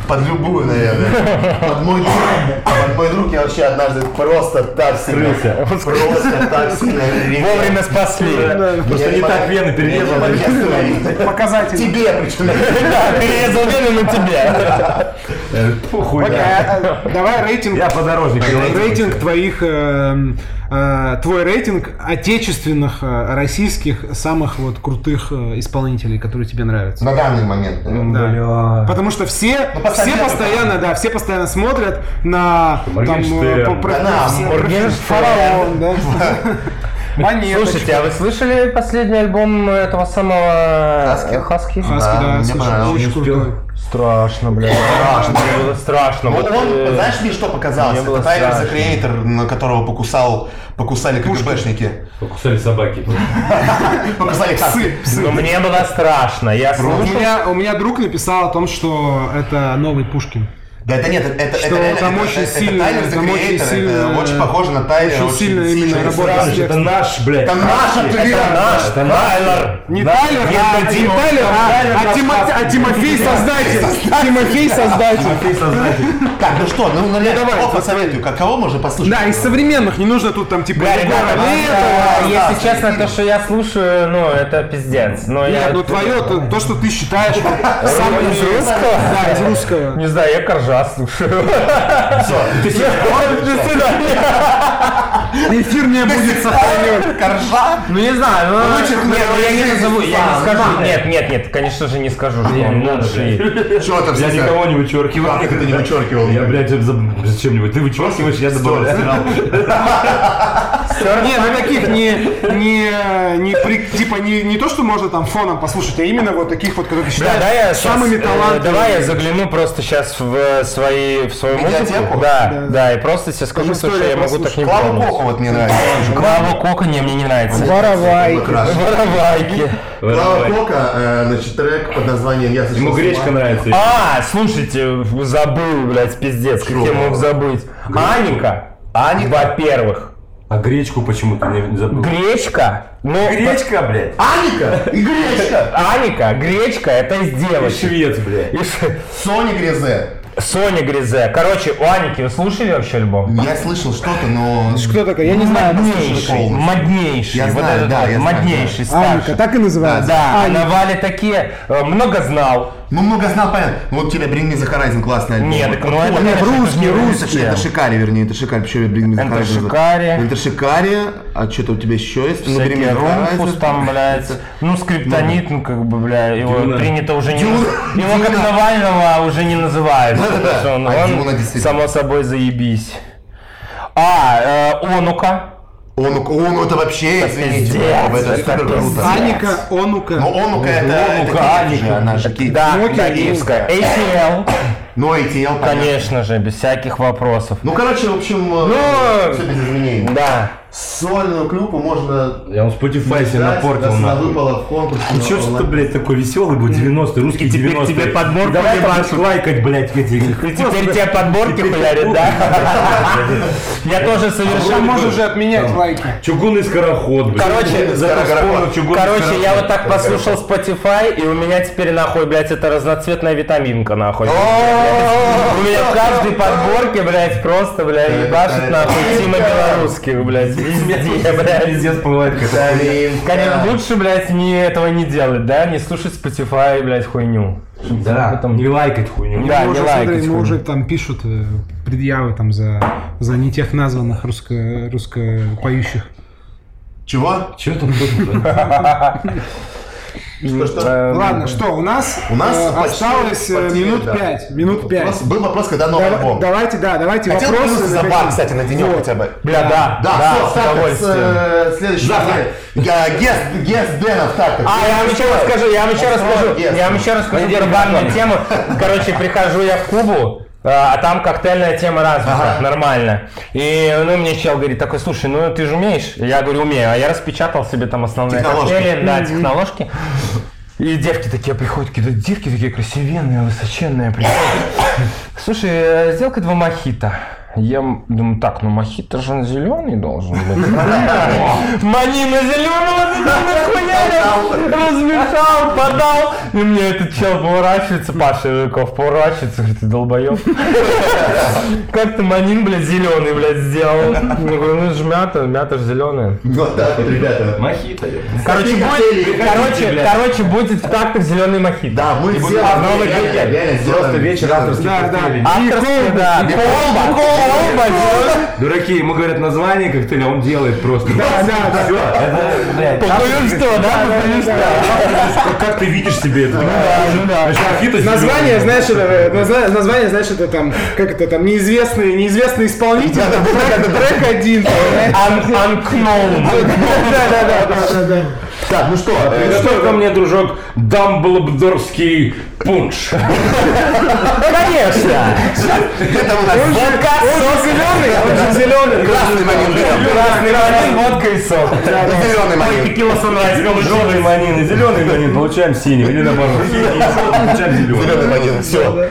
[SPEAKER 3] Под любую, наверное.
[SPEAKER 4] Под мой друг. Под мой друг я вообще однажды просто так сильно.
[SPEAKER 8] Крылся.
[SPEAKER 4] Просто так сильно. ревел.
[SPEAKER 2] Вовремя спасли.
[SPEAKER 8] Просто
[SPEAKER 4] Я
[SPEAKER 8] не так
[SPEAKER 4] могу-
[SPEAKER 8] вены
[SPEAKER 4] Я
[SPEAKER 8] перерезал.
[SPEAKER 4] не могу остановить.
[SPEAKER 1] Показатель.
[SPEAKER 3] Типа,
[SPEAKER 4] Тебе причем.
[SPEAKER 2] Да, перерезал вены на тебя.
[SPEAKER 8] Фу, хуй.
[SPEAKER 1] Окей, а, а, Давай рейтинг.
[SPEAKER 8] Э, Я подорожник.
[SPEAKER 1] Рейтинг твоих, эм, э, твой рейтинг отечественных э, российских самых вот крутых э, исполнителей, которые тебе нравятся.
[SPEAKER 4] На данный момент. наверное.
[SPEAKER 3] Ну,
[SPEAKER 8] Бля.
[SPEAKER 1] Потому что все, все постоянно, да, все постоянно смотрят на там,
[SPEAKER 8] Моргенштерн.
[SPEAKER 1] э, про-
[SPEAKER 4] Да, на
[SPEAKER 1] все-
[SPEAKER 2] Моргенштерн.
[SPEAKER 1] фараон, да. Монеточка.
[SPEAKER 2] Слушайте, а вы слышали последний альбом этого самого э, Хаски?
[SPEAKER 1] Хаски,
[SPEAKER 4] Да,
[SPEAKER 1] да,
[SPEAKER 4] мне
[SPEAKER 1] слушай,
[SPEAKER 4] понравилось,
[SPEAKER 1] очень
[SPEAKER 4] не
[SPEAKER 1] крутой.
[SPEAKER 2] Страшно, блядь. Страшно. Было страшно.
[SPEAKER 3] Вот
[SPEAKER 2] Вот,
[SPEAKER 3] он,
[SPEAKER 2] э,
[SPEAKER 3] знаешь, мне что показалось?
[SPEAKER 2] мне было
[SPEAKER 3] Это Тайлер
[SPEAKER 2] страшно.
[SPEAKER 3] за Creator, на которого покусал, покусали КГБшники.
[SPEAKER 8] Покусали собаки.
[SPEAKER 3] Покусали псы.
[SPEAKER 2] Но ну, мне было страшно. Я
[SPEAKER 1] У
[SPEAKER 2] слушал.
[SPEAKER 1] меня, у меня друг написал о том, что это новый Пушкин.
[SPEAKER 3] Да это нет, это это
[SPEAKER 1] Что
[SPEAKER 3] реально-
[SPEAKER 1] там
[SPEAKER 3] это-
[SPEAKER 1] очень
[SPEAKER 3] это
[SPEAKER 1] сильно-
[SPEAKER 3] Тайлер за
[SPEAKER 1] там очень
[SPEAKER 3] Creator, это
[SPEAKER 1] сильно-
[SPEAKER 3] очень похоже на Тайлера.
[SPEAKER 1] очень сильно именно работа с
[SPEAKER 3] страшно.
[SPEAKER 1] текстом.
[SPEAKER 8] Это наш, блядь.
[SPEAKER 3] Это наша
[SPEAKER 2] Это наш Тайлер.
[SPEAKER 1] Не
[SPEAKER 2] Да,
[SPEAKER 1] Тайлер,
[SPEAKER 2] нет,
[SPEAKER 1] а
[SPEAKER 2] это
[SPEAKER 1] не
[SPEAKER 2] Дима.
[SPEAKER 1] Тайлер,
[SPEAKER 2] Тайлер
[SPEAKER 1] а- а
[SPEAKER 2] наш
[SPEAKER 1] Тима-
[SPEAKER 2] Хаски.
[SPEAKER 1] а Тимофей Создатель. Тимофей Создатель.
[SPEAKER 8] Ты создатель.
[SPEAKER 3] Так, ну что, ну, ну
[SPEAKER 1] давай.
[SPEAKER 3] давай, посоветую, как- кого можно послушать?
[SPEAKER 1] Да, из современных не нужно тут там типа
[SPEAKER 2] Да,
[SPEAKER 1] Егора
[SPEAKER 2] ребята, ну,
[SPEAKER 1] Летова,
[SPEAKER 2] это,
[SPEAKER 3] да,
[SPEAKER 2] если честно, то, что я слушаю, ну, это пиздец. Но я...
[SPEAKER 1] Нет, ну твое, то, то, что ты считаешь вот, самым
[SPEAKER 2] Из русского?
[SPEAKER 1] Да, из русского.
[SPEAKER 2] Не знаю, я коржа слушаю.
[SPEAKER 3] Всё.
[SPEAKER 1] Эфир не будет сохранен.
[SPEAKER 3] Коржа?
[SPEAKER 2] Ну не знаю, ну
[SPEAKER 3] Лучше
[SPEAKER 2] нет, ну, я не
[SPEAKER 3] хлеб,
[SPEAKER 2] назову, я не
[SPEAKER 3] а,
[SPEAKER 2] скажу. Нет, нет, нет, конечно же не скажу, что он лучший.
[SPEAKER 4] Чего там
[SPEAKER 8] Я
[SPEAKER 4] все за-
[SPEAKER 8] никого не вычеркивал.
[SPEAKER 4] Как это не вычеркивал?
[SPEAKER 8] Я, блядь, заб- зачем-нибудь. Ты вычеркиваешь, я добавляю.
[SPEAKER 1] Не, ну таких не, не, не при- типа не, не то, что можно там фоном послушать, а именно вот таких вот, которые ты
[SPEAKER 2] Да, да, я
[SPEAKER 1] считаешь
[SPEAKER 2] щас,
[SPEAKER 1] самыми
[SPEAKER 2] э,
[SPEAKER 1] талантливыми.
[SPEAKER 2] Давай я загляну просто сейчас в э, свои, в свою музыку.
[SPEAKER 3] Медиатеку?
[SPEAKER 2] Да, да, и просто тебе скажу, потому что
[SPEAKER 1] история
[SPEAKER 2] я могу так не
[SPEAKER 3] Клава
[SPEAKER 2] помнить.
[SPEAKER 3] Коку вот мне нравится.
[SPEAKER 2] Клава Кока, не, мне не нравится.
[SPEAKER 1] Воровайки.
[SPEAKER 4] Краш.
[SPEAKER 2] Воровайки.
[SPEAKER 4] Клава Кока, э, значит, трек под названием «Я сошел
[SPEAKER 8] Ему
[SPEAKER 4] с ума».
[SPEAKER 8] гречка нравится.
[SPEAKER 2] А, слушайте, забыл, блядь, пиздец, как я мог забыть. Аника. Аника. Во-первых.
[SPEAKER 8] А гречку почему-то не не забыл. А,
[SPEAKER 2] Гречка. Ну,
[SPEAKER 8] Гречка, блядь.
[SPEAKER 4] Аника и гречка.
[SPEAKER 2] Аника, гречка, это из девочек.
[SPEAKER 8] Швец, блядь.
[SPEAKER 2] И ш-
[SPEAKER 4] Соня Гризе.
[SPEAKER 2] Соня Гризе. Короче, у Аники вы слушали вообще альбом?
[SPEAKER 3] Я слышал что-то, но...
[SPEAKER 1] Кто такой? Я не знаю.
[SPEAKER 2] Моднейший,
[SPEAKER 3] полностью.
[SPEAKER 2] моднейший,
[SPEAKER 3] Я
[SPEAKER 2] вот
[SPEAKER 3] знаю,
[SPEAKER 2] этот
[SPEAKER 3] да,
[SPEAKER 2] вот
[SPEAKER 3] я знаю,
[SPEAKER 2] моднейший,
[SPEAKER 1] Аника,
[SPEAKER 2] старший.
[SPEAKER 1] так и называется.
[SPEAKER 2] Да,
[SPEAKER 1] А,
[SPEAKER 2] а
[SPEAKER 1] Аника.
[SPEAKER 2] навали такие, э, много знал.
[SPEAKER 3] Ну, много знал, понятно. Ну, Вот у тебя Bring Me The Horizon классный альбом.
[SPEAKER 2] Нет, так, ну это,
[SPEAKER 3] Вот,
[SPEAKER 2] конечно,
[SPEAKER 3] русский,
[SPEAKER 2] это
[SPEAKER 3] русский.
[SPEAKER 2] русский.
[SPEAKER 3] Это шикаре, вернее, это шикаре. Почему я Bring Me The
[SPEAKER 2] Это
[SPEAKER 3] Horizon называю?
[SPEAKER 2] шикаре.
[SPEAKER 3] Это шикаре. А что-то у тебя еще есть? Ну, Bring Me
[SPEAKER 2] Всякие
[SPEAKER 3] The Horizon.
[SPEAKER 2] Румфус там, блядь, ну, скриптонит, ну, как бы, бля, его
[SPEAKER 8] Дюна.
[SPEAKER 2] принято уже не...
[SPEAKER 3] Дюна.
[SPEAKER 2] Его как
[SPEAKER 3] Дюна.
[SPEAKER 2] Навального уже не называют,
[SPEAKER 3] Да-да-да.
[SPEAKER 2] потому что он,
[SPEAKER 3] А
[SPEAKER 2] он,
[SPEAKER 3] Дюна действительно.
[SPEAKER 2] само собой, заебись. А, э, Онука.
[SPEAKER 4] Он, он это вообще, извините,
[SPEAKER 2] пиздец,
[SPEAKER 4] это
[SPEAKER 2] это
[SPEAKER 4] супер круто.
[SPEAKER 2] пиздец.
[SPEAKER 1] Аника, Онука.
[SPEAKER 4] Но онука это...
[SPEAKER 2] Онука,
[SPEAKER 4] это
[SPEAKER 2] Аника.
[SPEAKER 4] же, Она же кит.
[SPEAKER 2] Да,
[SPEAKER 1] Ну, окей,
[SPEAKER 2] да,
[SPEAKER 1] ну,
[SPEAKER 2] киевская. ACL,
[SPEAKER 4] Ну, ATL, понятно.
[SPEAKER 2] конечно же, без всяких вопросов.
[SPEAKER 4] Ну, короче, в общем,
[SPEAKER 3] э,
[SPEAKER 2] Ну,
[SPEAKER 4] все без изменений.
[SPEAKER 2] Да.
[SPEAKER 4] Сольную клюпу можно...
[SPEAKER 8] Я вам Spotify себе
[SPEAKER 4] ждать, раз
[SPEAKER 8] напортил
[SPEAKER 4] она
[SPEAKER 8] нахуй.
[SPEAKER 4] выпала в конкурс.
[SPEAKER 2] А
[SPEAKER 8] Ну чё ж ты, блядь, такой веселый был, 90-й, русский
[SPEAKER 2] И теперь
[SPEAKER 8] 90-й.
[SPEAKER 2] тебе подборку
[SPEAKER 8] И Давай
[SPEAKER 2] ебашут.
[SPEAKER 8] там лайкать, блядь, эти...
[SPEAKER 2] И
[SPEAKER 8] ну,
[SPEAKER 2] теперь тебе подборки хуярят, да? Я
[SPEAKER 1] Там
[SPEAKER 2] тоже совершенно...
[SPEAKER 1] можно же отменять лайки.
[SPEAKER 8] Чугунный скороход, блядь.
[SPEAKER 2] Короче,
[SPEAKER 8] Зато вспомнил чугунный
[SPEAKER 2] короче,
[SPEAKER 8] скороход.
[SPEAKER 2] я вот так послушал Spotify, и у меня теперь нахуй, блядь, это разноцветная витаминка, нахуй. У меня в каждой подборке, блядь, просто, блядь, ебашит нахуй Тима Белорусских, блядь, везде, блядь.
[SPEAKER 8] Пиздец бывает, когда...
[SPEAKER 4] Блин,
[SPEAKER 2] Конечно,
[SPEAKER 4] да.
[SPEAKER 2] лучше, блядь, не этого не делать, да? Не слушать Spotify, блядь, хуйню.
[SPEAKER 8] Да,
[SPEAKER 2] Потом-
[SPEAKER 8] не лайкать хуйню.
[SPEAKER 2] Да,
[SPEAKER 1] Мы
[SPEAKER 2] не
[SPEAKER 1] уже, смотри,
[SPEAKER 2] лайкать.
[SPEAKER 1] мы
[SPEAKER 2] хуйню.
[SPEAKER 1] уже там пишут э, предъявы там за, за не тех названных русско, русско поющих.
[SPEAKER 4] Чего?
[SPEAKER 8] Чё там тут?
[SPEAKER 4] Что, что?
[SPEAKER 2] Эм,
[SPEAKER 1] Ладно, что, у нас,
[SPEAKER 4] У нас
[SPEAKER 1] э,
[SPEAKER 4] почти-
[SPEAKER 1] осталось э,
[SPEAKER 4] почти,
[SPEAKER 1] минут
[SPEAKER 4] да.
[SPEAKER 1] пять. Минут пять.
[SPEAKER 4] Вопрос- Был вопрос, когда новый
[SPEAKER 1] Дава-
[SPEAKER 4] альбом.
[SPEAKER 1] давайте, да, давайте
[SPEAKER 4] Хотел
[SPEAKER 1] вопросы.
[SPEAKER 4] плюсы за
[SPEAKER 1] закатим.
[SPEAKER 4] бар, кстати, на денек
[SPEAKER 1] Вот.
[SPEAKER 4] хотя бы.
[SPEAKER 2] Бля, да,
[SPEAKER 4] Да,
[SPEAKER 2] да,
[SPEAKER 4] всё,
[SPEAKER 2] с
[SPEAKER 4] стартер с
[SPEAKER 2] удовольствием.
[SPEAKER 4] э, следующего дня. Э, Гест, гест Дэнов, так.
[SPEAKER 2] А, я вам еще расскажу, я вам еще расскажу,
[SPEAKER 4] Молодец.
[SPEAKER 2] я вам еще расскажу
[SPEAKER 4] Пойдем
[SPEAKER 2] про барную тему. Короче, прихожу я в Кубу, а а там коктейльная тема развита, нормально. И, ну, мне чел говорит такой, слушай, ну, ты же умеешь? Я говорю, умею. А я распечатал себе там основные
[SPEAKER 4] Техноложки.
[SPEAKER 2] коктейли, да, техноложки. И девки такие приходят, какие-то девки такие красивенные, высоченные приходят. Слушай, э, сделка два мохито. Я м- думаю, так, ну мохито же он зеленый должен быть. Мани на зеленого нахуярил, размешал, подал. И мне этот чел поворачивается, Паша Жуков поворачивается, говорит, ты долбоеб. Как ты манин, блядь, зеленый, блядь, сделал? Я говорю, ну это же мята, мята же зеленая.
[SPEAKER 4] Вот так вот, ребята.
[SPEAKER 8] Мохито, ё.
[SPEAKER 2] Короче, будет, короче, короче, будет в тактах зеленый мохито.
[SPEAKER 4] Да, мы
[SPEAKER 1] Типа,
[SPEAKER 4] сделали.
[SPEAKER 2] а, новый
[SPEAKER 4] реально,
[SPEAKER 2] коктейль.
[SPEAKER 4] реально
[SPEAKER 8] Просто
[SPEAKER 4] сделали.
[SPEAKER 8] вечер авторских
[SPEAKER 1] Да, да.
[SPEAKER 2] А
[SPEAKER 8] коктейлей.
[SPEAKER 2] Авторская, да. Колба, колба, зелёный.
[SPEAKER 8] А, Дураки, ему говорят название коктейля, он делает просто. Да, да,
[SPEAKER 2] По что, да? По что.
[SPEAKER 8] Как ты видишь себе это?
[SPEAKER 2] Ну да.
[SPEAKER 8] Значит, мохито зелёный.
[SPEAKER 1] Название, знаешь, это, э, назна- название, знаешь, это там, как это там, неизвестный, неизвестный исполнитель, там, трек, трек один. понимаешь?
[SPEAKER 2] Ан- Анкноун.
[SPEAKER 1] Да, да, да, да, да, да.
[SPEAKER 4] Так, ну что, э,
[SPEAKER 8] Приготовь ко мне, дружок, дамблдорский пунш.
[SPEAKER 2] Конечно.
[SPEAKER 4] это у нас
[SPEAKER 2] Водка, сок.
[SPEAKER 1] Он же зеленый.
[SPEAKER 4] красный момент.
[SPEAKER 2] Красный манин, водка и сок.
[SPEAKER 4] Зеленый момент.
[SPEAKER 2] Текила Sunrise,
[SPEAKER 8] Желтый манин и зеленый манин получаем синий. Или наоборот, синий и желтый получаем зеленый.
[SPEAKER 4] Зеленый момент. Все.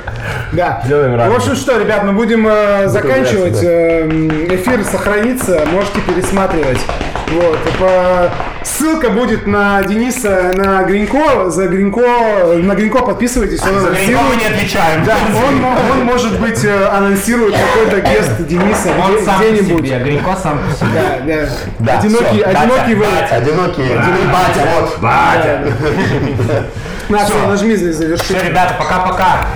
[SPEAKER 1] Да.
[SPEAKER 2] Делаем
[SPEAKER 1] В
[SPEAKER 2] раньше.
[SPEAKER 1] общем, что, ребят, мы будем э, заканчивать. Э, м, Эфир сохранится, можете пересматривать. Вот. и по- Ссылка будет на Дениса, на Гринко. За Гринко, на Гринко подписывайтесь. Он
[SPEAKER 2] Мы не
[SPEAKER 1] анонсирует.
[SPEAKER 2] отвечаем.
[SPEAKER 1] Да, он, мо- он, может быть, э, анонсирует какой-то гест Дениса где- где-нибудь.
[SPEAKER 2] Гринько сам по себе.
[SPEAKER 1] Да, да.
[SPEAKER 2] Да,
[SPEAKER 1] Одинокий,
[SPEAKER 2] всё,
[SPEAKER 1] одинокий вы.
[SPEAKER 4] Одинокие. Одинокий батя, вот.
[SPEAKER 8] Батя!
[SPEAKER 1] На, всё, нажми за- завершить.
[SPEAKER 2] Все, ребята, пока-пока.